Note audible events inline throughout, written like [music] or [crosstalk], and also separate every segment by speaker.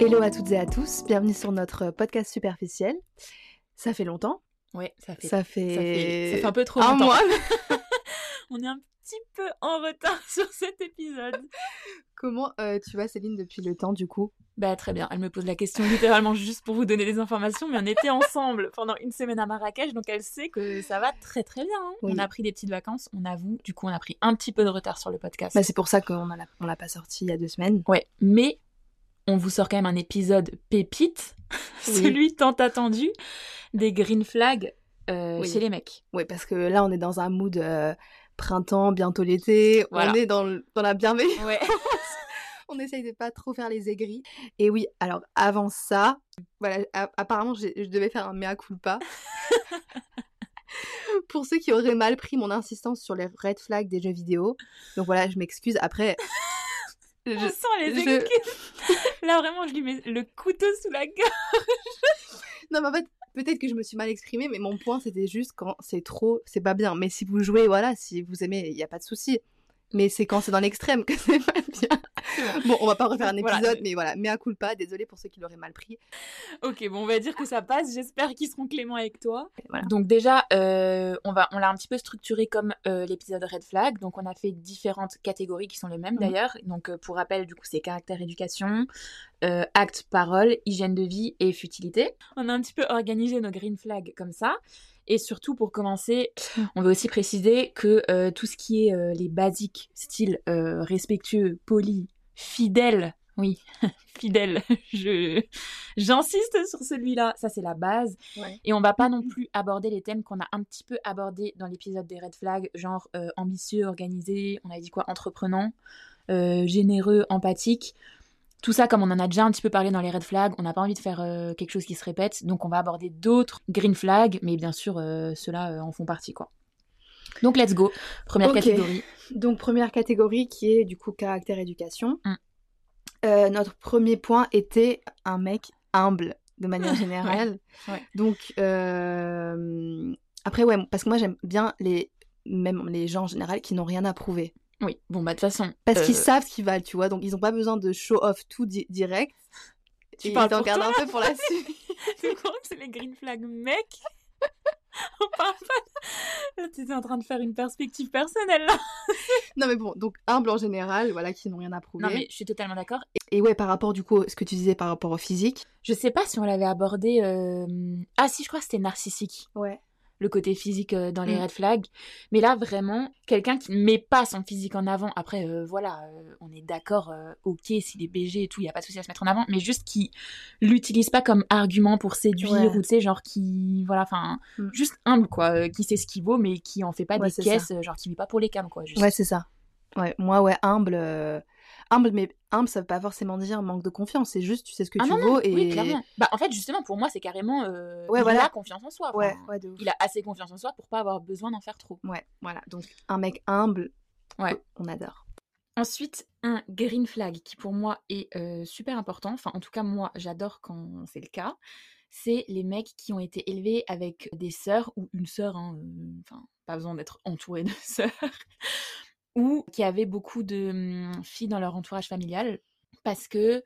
Speaker 1: Hello à toutes et à tous, bienvenue sur notre podcast superficiel. Ça fait longtemps,
Speaker 2: Ouais, ça fait,
Speaker 1: ça fait,
Speaker 2: ça fait- ça fait un peu trop
Speaker 1: un
Speaker 2: longtemps.
Speaker 1: mois.
Speaker 2: On est un petit peu en retard [laughs] sur cet épisode.
Speaker 1: [laughs] Comment euh, tu vas Céline depuis le temps du coup
Speaker 2: Bah très bien, elle me pose la question littéralement juste pour vous donner des informations, mais on était ensemble pendant une semaine à Marrakech, donc elle sait que ça va très très bien. hein.
Speaker 1: Oui.
Speaker 2: On a pris des petites vacances, on avoue, du coup on a pris un petit peu de retard sur le podcast.
Speaker 1: Bah, C'est pour ça qu'on ne l'a pas sorti il y a deux semaines.
Speaker 2: Ouais, mais on vous sort quand même un épisode pépite,
Speaker 1: Oui.
Speaker 2: celui tant attendu des green flags euh,
Speaker 1: Oui.
Speaker 2: chez les mecs.
Speaker 1: Oui, parce que là on est dans un mood euh, printemps, bientôt l'été, on
Speaker 2: Voilà.
Speaker 1: est dans, le- dans la bienveillance.
Speaker 2: Ouais.
Speaker 1: On essaye de pas trop faire les aigris. Et oui, alors avant ça, voilà, a- apparemment j'ai- je devais faire un mea culpa. Pour ceux qui auraient mal pris mon insistance sur les red flags des jeux vidéo. Donc voilà, je m'excuse. Après, je-
Speaker 2: [laughs] Je sens les
Speaker 1: je-
Speaker 2: excuses. Là vraiment je lui mets le couteau sous la gueule.
Speaker 1: non mais en fait, peut-être que je me suis mal exprimée, mais mon point c'était juste quand c'est trop, c'est pas bien. Mais si vous jouez, voilà, si vous aimez, il n'y a pas de souci. Mais c'est quand c'est dans l'extrême que c'est pas bien. Bon, on va pas refaire un
Speaker 2: Voilà.
Speaker 1: épisode, mais voilà, mea culpa. Désolée pour ceux qui l'auraient mal pris.
Speaker 2: Ok, bon, on va dire que ça passe. J'espère qu'ils seront cléments avec toi.
Speaker 1: Voilà.
Speaker 2: Donc déjà, euh, on va, on l'a un petit peu structuré comme euh, l'épisode Red Flag. Donc on a fait différentes catégories qui sont les mêmes
Speaker 1: Mhm.
Speaker 2: d'ailleurs. Donc euh, pour rappel, du coup, c'est caractère éducation, euh, acte parole, hygiène de vie et futilité. On a un petit peu organisé nos green flags comme ça. Et surtout,
Speaker 1: [laughs]
Speaker 2: pour commencer, on veut aussi préciser que euh, tout ce qui est euh, les basiques, style euh, respectueux, poli, fidèle, oui, [laughs] fidèle, je, J'insiste sur celui-là, ça c'est la base.
Speaker 1: Ouais.
Speaker 2: Et on va pas non plus aborder les thèmes qu'on a un petit peu abordés dans l'épisode des red flags, genre euh, ambitieux, organisé, on a dit quoi, entreprenant, euh, généreux, empathique. Tout ça, comme on en a déjà un petit peu parlé dans les red flags, on n'a pas envie de faire euh, quelque chose qui se répète, donc on va aborder d'autres green flags, mais bien sûr, euh, ceux-là euh, en font partie, quoi. Donc let's go, première
Speaker 1: Ok.
Speaker 2: catégorie.
Speaker 1: Donc première catégorie qui est du coup caractère éducation.
Speaker 2: Mm.
Speaker 1: Euh, notre premier point était un mec humble de
Speaker 2: [laughs]
Speaker 1: manière générale.
Speaker 2: ouais.
Speaker 1: Donc euh, après ouais parce que moi j'aime bien les même les gens en général qui n'ont rien à prouver
Speaker 2: Oui, bon bah de toute façon.
Speaker 1: parce
Speaker 2: euh,
Speaker 1: qu'ils savent ce qu'ils valent tu vois donc ils n'ont pas besoin de show off tout di- direct.
Speaker 2: Tu
Speaker 1: Et
Speaker 2: parles
Speaker 1: ils en
Speaker 2: pour
Speaker 1: gardent
Speaker 2: toi,
Speaker 1: un peu pour la suite. [laughs]
Speaker 2: C'est quoi que c'est les green flags, mec [laughs] On parle pas. de- Tu étais en train de faire une perspective personnelle là.
Speaker 1: non mais bon donc humble en général voilà qui n'ont rien à prouver.
Speaker 2: Non mais je suis totalement d'accord.
Speaker 1: Et ouais par rapport du coup à ce que tu disais par rapport au physique.
Speaker 2: Je sais pas si on l'avait abordé. euh, Ah si, je crois que c'était narcissique,
Speaker 1: Ouais.
Speaker 2: le côté physique euh, dans les
Speaker 1: Mm.
Speaker 2: red flags. Mais là vraiment, quelqu'un qui ne met pas son physique en avant. Après euh, voilà, euh, on est d'accord. euh, ok, s'il est BG et tout, il y a pas de souci à se mettre en avant. Mais juste qui l'utilise pas comme argument pour séduire
Speaker 1: Ouais.
Speaker 2: ou tu sais genre qui voilà, enfin
Speaker 1: Mm.
Speaker 2: juste humble quoi, euh, qui sait ce qu'il vaut mais qui en fait pas
Speaker 1: Ouais, c'est
Speaker 2: des
Speaker 1: ça.
Speaker 2: caisses, euh, genre qui vit pas pour les cams quoi. Juste.
Speaker 1: Ouais, c'est ça. Ouais, moi, ouais, humble. euh, Humble, mais humble, ça veut pas forcément dire manque de confiance. C'est juste, tu sais ce que
Speaker 2: Ah
Speaker 1: tu
Speaker 2: non,
Speaker 1: vaux et.
Speaker 2: Oui, clairement. Bah, en fait, justement, pour moi, c'est carrément. euh,
Speaker 1: Ouais,
Speaker 2: il
Speaker 1: voilà.
Speaker 2: a confiance en soi.
Speaker 1: Ouais,
Speaker 2: Enfin,
Speaker 1: ouais, de ouf.
Speaker 2: Il a assez confiance en soi pour pas avoir besoin d'en faire trop.
Speaker 1: Ouais, voilà. Donc, un mec humble,
Speaker 2: Ouais.
Speaker 1: euh, on adore.
Speaker 2: Ensuite, un green flag qui, pour moi, est euh, super important. Enfin, en tout cas, moi, j'adore quand c'est le cas. C'est les mecs qui ont été élevés avec des sœurs ou une sœur. hein, euh, Enfin, pas besoin d'être entouré de [laughs] sœurs. ou qui avaient beaucoup de hum, filles dans leur entourage familial. Parce que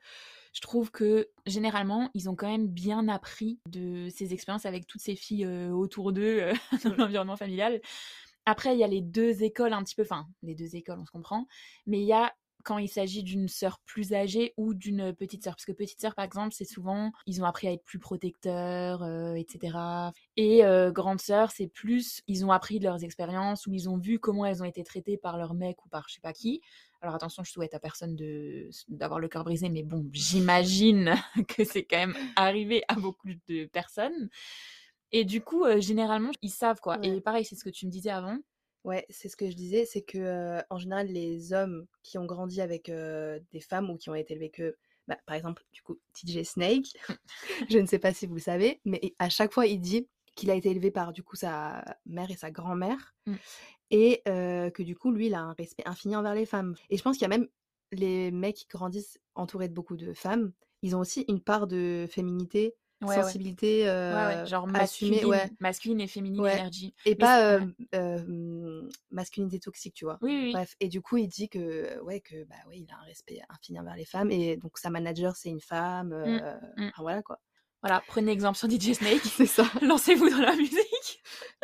Speaker 2: je trouve que généralement, ils ont quand même bien appris de ces expériences avec toutes ces filles euh, autour d'eux [laughs] euh, dans l'environnement familial. Après, il y a les deux écoles un petit peu, enfin, les deux écoles, on se comprend, mais il y a quand il s'agit d'une sœur plus âgée ou d'une petite sœur. Parce que petite sœur, par exemple, c'est souvent, ils ont appris à être plus protecteurs, euh, etc. Et euh, grande sœur, c'est plus, ils ont appris de leurs expériences ou ils ont vu comment elles ont été traitées par leur mec ou par je sais pas qui. Alors attention, je souhaite à personne de d'avoir le cœur brisé, mais bon, j'imagine [laughs] que c'est quand même arrivé à beaucoup de personnes. Et du coup, euh, généralement, ils savent quoi.
Speaker 1: Ouais.
Speaker 2: Et pareil, c'est ce que tu me disais avant.
Speaker 1: Ouais, c'est ce que je disais, c'est que euh, en général, les hommes qui ont grandi avec euh, des femmes ou qui ont été élevés que. bah, par exemple, du coup, TJ Snake, [laughs] je ne sais pas si vous le savez, mais i- à chaque fois, il dit qu'il a été élevé par du coup sa mère et sa grand-mère
Speaker 2: Mm.
Speaker 1: et euh, que du coup, lui, il a un respect infini envers les femmes. Et je pense qu'il y a même les mecs qui grandissent entourés de beaucoup de femmes, ils ont aussi une part de féminité
Speaker 2: Ouais, ouais.
Speaker 1: sensibilité
Speaker 2: Ouais,
Speaker 1: euh,
Speaker 2: ouais, genre
Speaker 1: assumée,
Speaker 2: masculine,
Speaker 1: ouais.
Speaker 2: masculine et féminine
Speaker 1: Ouais.
Speaker 2: energy.
Speaker 1: et
Speaker 2: c'est-
Speaker 1: pas
Speaker 2: ouais.
Speaker 1: euh, euh, masculinité toxique, tu vois.
Speaker 2: Oui, oui, oui.
Speaker 1: Bref, et du coup, il dit que ouais que bah oui, il a un respect infini envers les femmes et donc sa manager c'est une femme, euh,
Speaker 2: mm.
Speaker 1: enfin, voilà
Speaker 2: [laughs]
Speaker 1: quoi.
Speaker 2: Voilà, prenez exemple sur DJ
Speaker 1: [laughs]
Speaker 2: Snake, [laughs]
Speaker 1: C'est ça.
Speaker 2: lancez-vous dans la musique.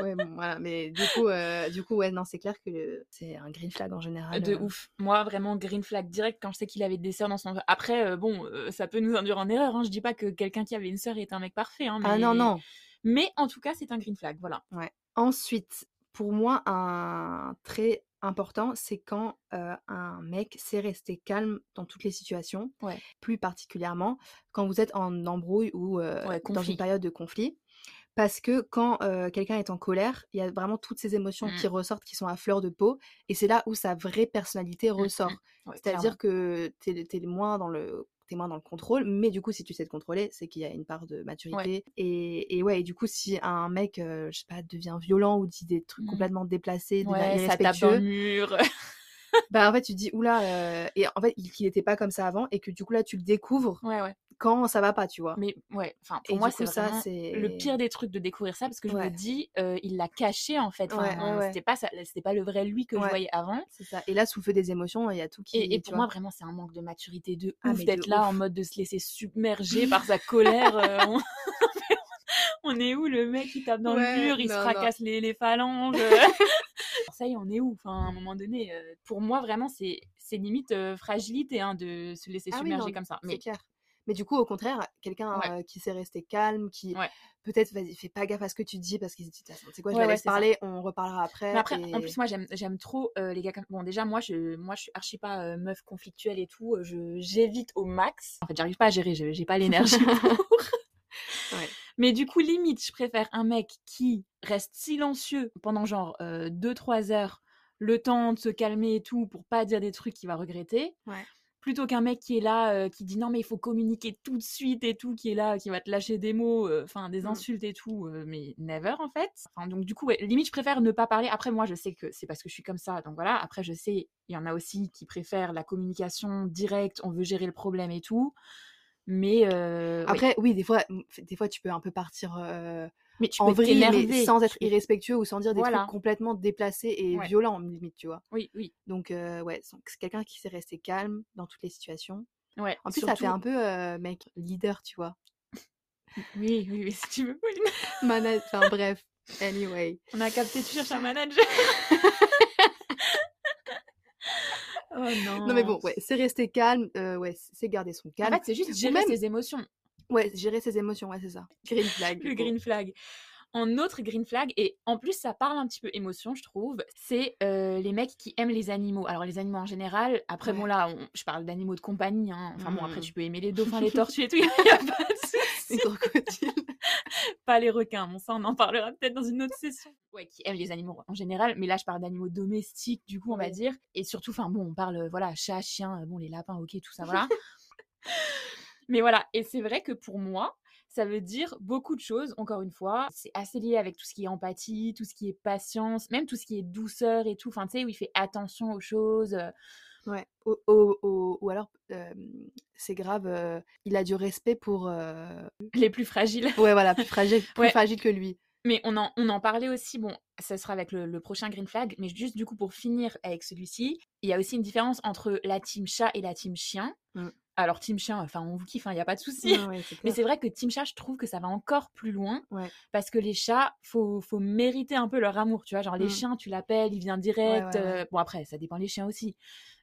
Speaker 1: Ouais, bon, voilà. Mais du coup, euh, du coup, ouais, non, c'est clair que le- c'est un green flag en général.
Speaker 2: De
Speaker 1: euh.
Speaker 2: ouf. Moi, vraiment, green flag direct quand je sais qu'il avait des sœurs dans son. Après, euh, bon, euh, ça peut nous induire en erreur. Hein. Je dis pas que quelqu'un qui avait une sœur est un mec parfait. Hein, mais...
Speaker 1: Ah non non.
Speaker 2: Mais en tout cas, c'est un green flag. Voilà.
Speaker 1: Ensuite, pour moi, un trait important, c'est quand euh, un mec sait rester calme dans toutes les situations,
Speaker 2: Ouais.
Speaker 1: plus particulièrement quand vous êtes en embrouille ou euh,
Speaker 2: Ouais,
Speaker 1: dans
Speaker 2: conflit.
Speaker 1: une période de conflit. Parce que quand euh, quelqu'un est en colère, il y a vraiment toutes ces émotions
Speaker 2: Mm.
Speaker 1: qui ressortent, qui sont à fleur de peau, et c'est là où sa vraie personnalité
Speaker 2: mm.
Speaker 1: ressort.
Speaker 2: Ouais,
Speaker 1: C'est-à-dire que t'es es, moins dans le t'es moins dans le contrôle, mais du coup, si tu sais te contrôler, c'est qu'il y a une part de maturité. Et, et ouais, et du coup, si un mec, euh, je sais pas, devient violent ou dit des trucs
Speaker 2: Mm.
Speaker 1: complètement déplacés,
Speaker 2: clairement.
Speaker 1: devient
Speaker 2: Ouais, ça tape dans le
Speaker 1: irrespectueux, [laughs]
Speaker 2: mur.
Speaker 1: bah en fait, tu te dis, oula, euh, et en fait, il- qu'il était pas comme ça avant, et que du coup, là, tu le découvres
Speaker 2: ouais, ouais.
Speaker 1: quand ça va pas, tu vois.
Speaker 2: Mais ouais, enfin, pour
Speaker 1: Et
Speaker 2: moi,
Speaker 1: du coup,
Speaker 2: c'est
Speaker 1: ça,
Speaker 2: vraiment
Speaker 1: c'est...
Speaker 2: le pire des trucs de découvrir ça parce que je
Speaker 1: Ouais.
Speaker 2: me dis, euh, il l'a caché en fait.
Speaker 1: Ouais, ouais,
Speaker 2: Enfin, hein,
Speaker 1: ouais.
Speaker 2: C'était pas, ça- c'était pas le vrai lui que
Speaker 1: Ouais.
Speaker 2: je voyais avant.
Speaker 1: C'est ça. Et là, sous le feu des émotions, il y a tout qui...
Speaker 2: Et, et
Speaker 1: tu
Speaker 2: pour
Speaker 1: vois.
Speaker 2: moi, vraiment, c'est un manque de maturité de
Speaker 1: Ah,
Speaker 2: ouf
Speaker 1: mais de
Speaker 2: d'être là en
Speaker 1: ouf.
Speaker 2: mode de se laisser submerger par
Speaker 1: [laughs]
Speaker 2: sa colère. euh, on... [laughs] on est où le mec qui tape dans le
Speaker 1: Ouais,
Speaker 2: mur, il se
Speaker 1: non, non.
Speaker 2: fracasse les, les phalanges. euh
Speaker 1: [laughs]
Speaker 2: ça y est, on est où Enfin, à un moment donné, euh, pour moi, vraiment, c'est c'est limite euh, fragilité hein, de se laisser
Speaker 1: Ah oui,
Speaker 2: submerger
Speaker 1: non,
Speaker 2: comme ça.
Speaker 1: c'est
Speaker 2: Mais
Speaker 1: clair. Mais du coup, au contraire, quelqu'un
Speaker 2: Ouais.
Speaker 1: euh, qui sait rester calme, qui
Speaker 2: Ouais.
Speaker 1: peut-être, vas-y, fais pas gaffe à ce que tu dis parce qu'il se dit, Tiens, c'est quoi, je
Speaker 2: Ouais,
Speaker 1: la
Speaker 2: ouais,
Speaker 1: laisse
Speaker 2: c'est ça.
Speaker 1: parler, on reparlera après.
Speaker 2: Mais après, en
Speaker 1: et...
Speaker 2: plus, moi, j'aime, j'aime trop euh, les gars comme. Bon, déjà, moi, je, moi, je suis archi pas euh, meuf conflictuelle et tout. euh, Je, j'évite au max. En fait, j'arrive pas à gérer, je- j'ai pas l'énergie pour.
Speaker 1: Ouais.
Speaker 2: Mais du coup, limite, je préfère un mec qui reste silencieux pendant genre 2-3 heures, le temps de se calmer et tout, pour pas dire des trucs qu'il va regretter.
Speaker 1: Ouais.
Speaker 2: Plutôt qu'un mec qui est là, euh, qui dit non, mais il faut communiquer tout de suite et tout, qui est là, qui va te lâcher des mots, euh, enfin des
Speaker 1: Mm.
Speaker 2: insultes et tout, euh, mais never en fait. Enfin, donc du coup, ouais, limite, je préfère ne pas parler. Après, moi, je sais que c'est parce que je suis comme ça, donc voilà. Après, je sais, il y en a aussi qui préfèrent la communication directe, on veut gérer le problème et tout. Mais euh, ouais.
Speaker 1: Après, oui, des fois, m- f- des fois, tu peux un peu partir euh,
Speaker 2: mais tu
Speaker 1: en
Speaker 2: peux
Speaker 1: vrille, mais
Speaker 2: t'énerver.
Speaker 1: sans être
Speaker 2: tu peux-
Speaker 1: irrespectueux ou sans dire des
Speaker 2: Voilà.
Speaker 1: trucs complètement déplacés et
Speaker 2: Ouais.
Speaker 1: violents, limite, tu vois.
Speaker 2: Oui, oui.
Speaker 1: Donc, euh, ouais, c'est c'est quelqu'un qui sait rester calme dans toutes les situations.
Speaker 2: Ouais,
Speaker 1: En plus, ça fait
Speaker 2: surtout.
Speaker 1: un peu, euh, mec, leader, tu
Speaker 2: [laughs]
Speaker 1: vois.
Speaker 2: Oui, oui, oui, si tu veux, Pauline.
Speaker 1: Manage, enfin bref, anyway.
Speaker 2: [laughs] On a capté, tu cherches un manager. [laughs] oh non.
Speaker 1: Non mais bon, ouais, c'est rester calme, euh, ouais, c- c'est garder son
Speaker 2: En
Speaker 1: calme.
Speaker 2: fait, c'est juste gérer
Speaker 1: même-
Speaker 2: ses émotions,
Speaker 1: Ouais, gérer ses émotions, ouais, c'est ça. Green flag.
Speaker 2: le
Speaker 1: bon. [laughs]
Speaker 2: green flag. En autre green flag, et en plus ça parle un petit peu émotion, je trouve, c'est euh, les mecs qui aiment les animaux. Alors les animaux en général, après bon
Speaker 1: Ouais.
Speaker 2: là, on- je parle d'animaux de compagnie, hein. enfin bon après
Speaker 1: Mm.
Speaker 2: tu peux aimer les dauphins, [laughs] les tortues et tout, il n'y a pas [laughs] de
Speaker 1: Les
Speaker 2: souci.
Speaker 1: crocodiles.
Speaker 2: pas les requins. Bon, ça, on en parlera peut-être dans une autre session. Ouais, qui aiment les animaux en général, mais là, je parle d'animaux domestiques, du coup, on va
Speaker 1: Oui.
Speaker 2: dire. Et surtout, enfin, bon, on parle, euh, voilà, chat, chien, euh, bon, les lapins, ok, tout ça, [laughs] voilà. mais voilà, et c'est vrai que pour moi, ça veut dire beaucoup de choses, encore une fois. C'est assez lié avec tout ce qui est empathie, tout ce qui est patience, même tout ce qui est douceur et tout. Enfin, tu sais, où il fait attention aux choses. euh,
Speaker 1: Ouais. Ou, ou- ou- ou alors, euh, c'est grave, euh, il a du respect pour... euh,
Speaker 2: les plus fragiles.
Speaker 1: Ouais, voilà, plus fragile, plus
Speaker 2: [laughs] Ouais.
Speaker 1: fragile que lui.
Speaker 2: Mais on en, on en parlait aussi, bon, ça sera avec le, le prochain Green Flag, mais juste du coup pour finir avec celui-ci, il y a aussi une différence entre la team chat et la team chien.
Speaker 1: Mm.
Speaker 2: Alors team chien, enfin on vous kiffe, hein, il n'y a pas de souci.
Speaker 1: Ouais, ouais, c'est
Speaker 2: [laughs] Mais
Speaker 1: clair.
Speaker 2: c'est vrai que team chat, je trouve que ça va encore plus loin,
Speaker 1: Ouais.
Speaker 2: parce que les chats, faut, faut mériter un peu leur amour, tu vois. Genre les
Speaker 1: Mm.
Speaker 2: chiens, tu l'appelles, il vient
Speaker 1: Ouais,
Speaker 2: direct.
Speaker 1: ouais, ouais.
Speaker 2: euh, bon après, ça dépend des chiens aussi.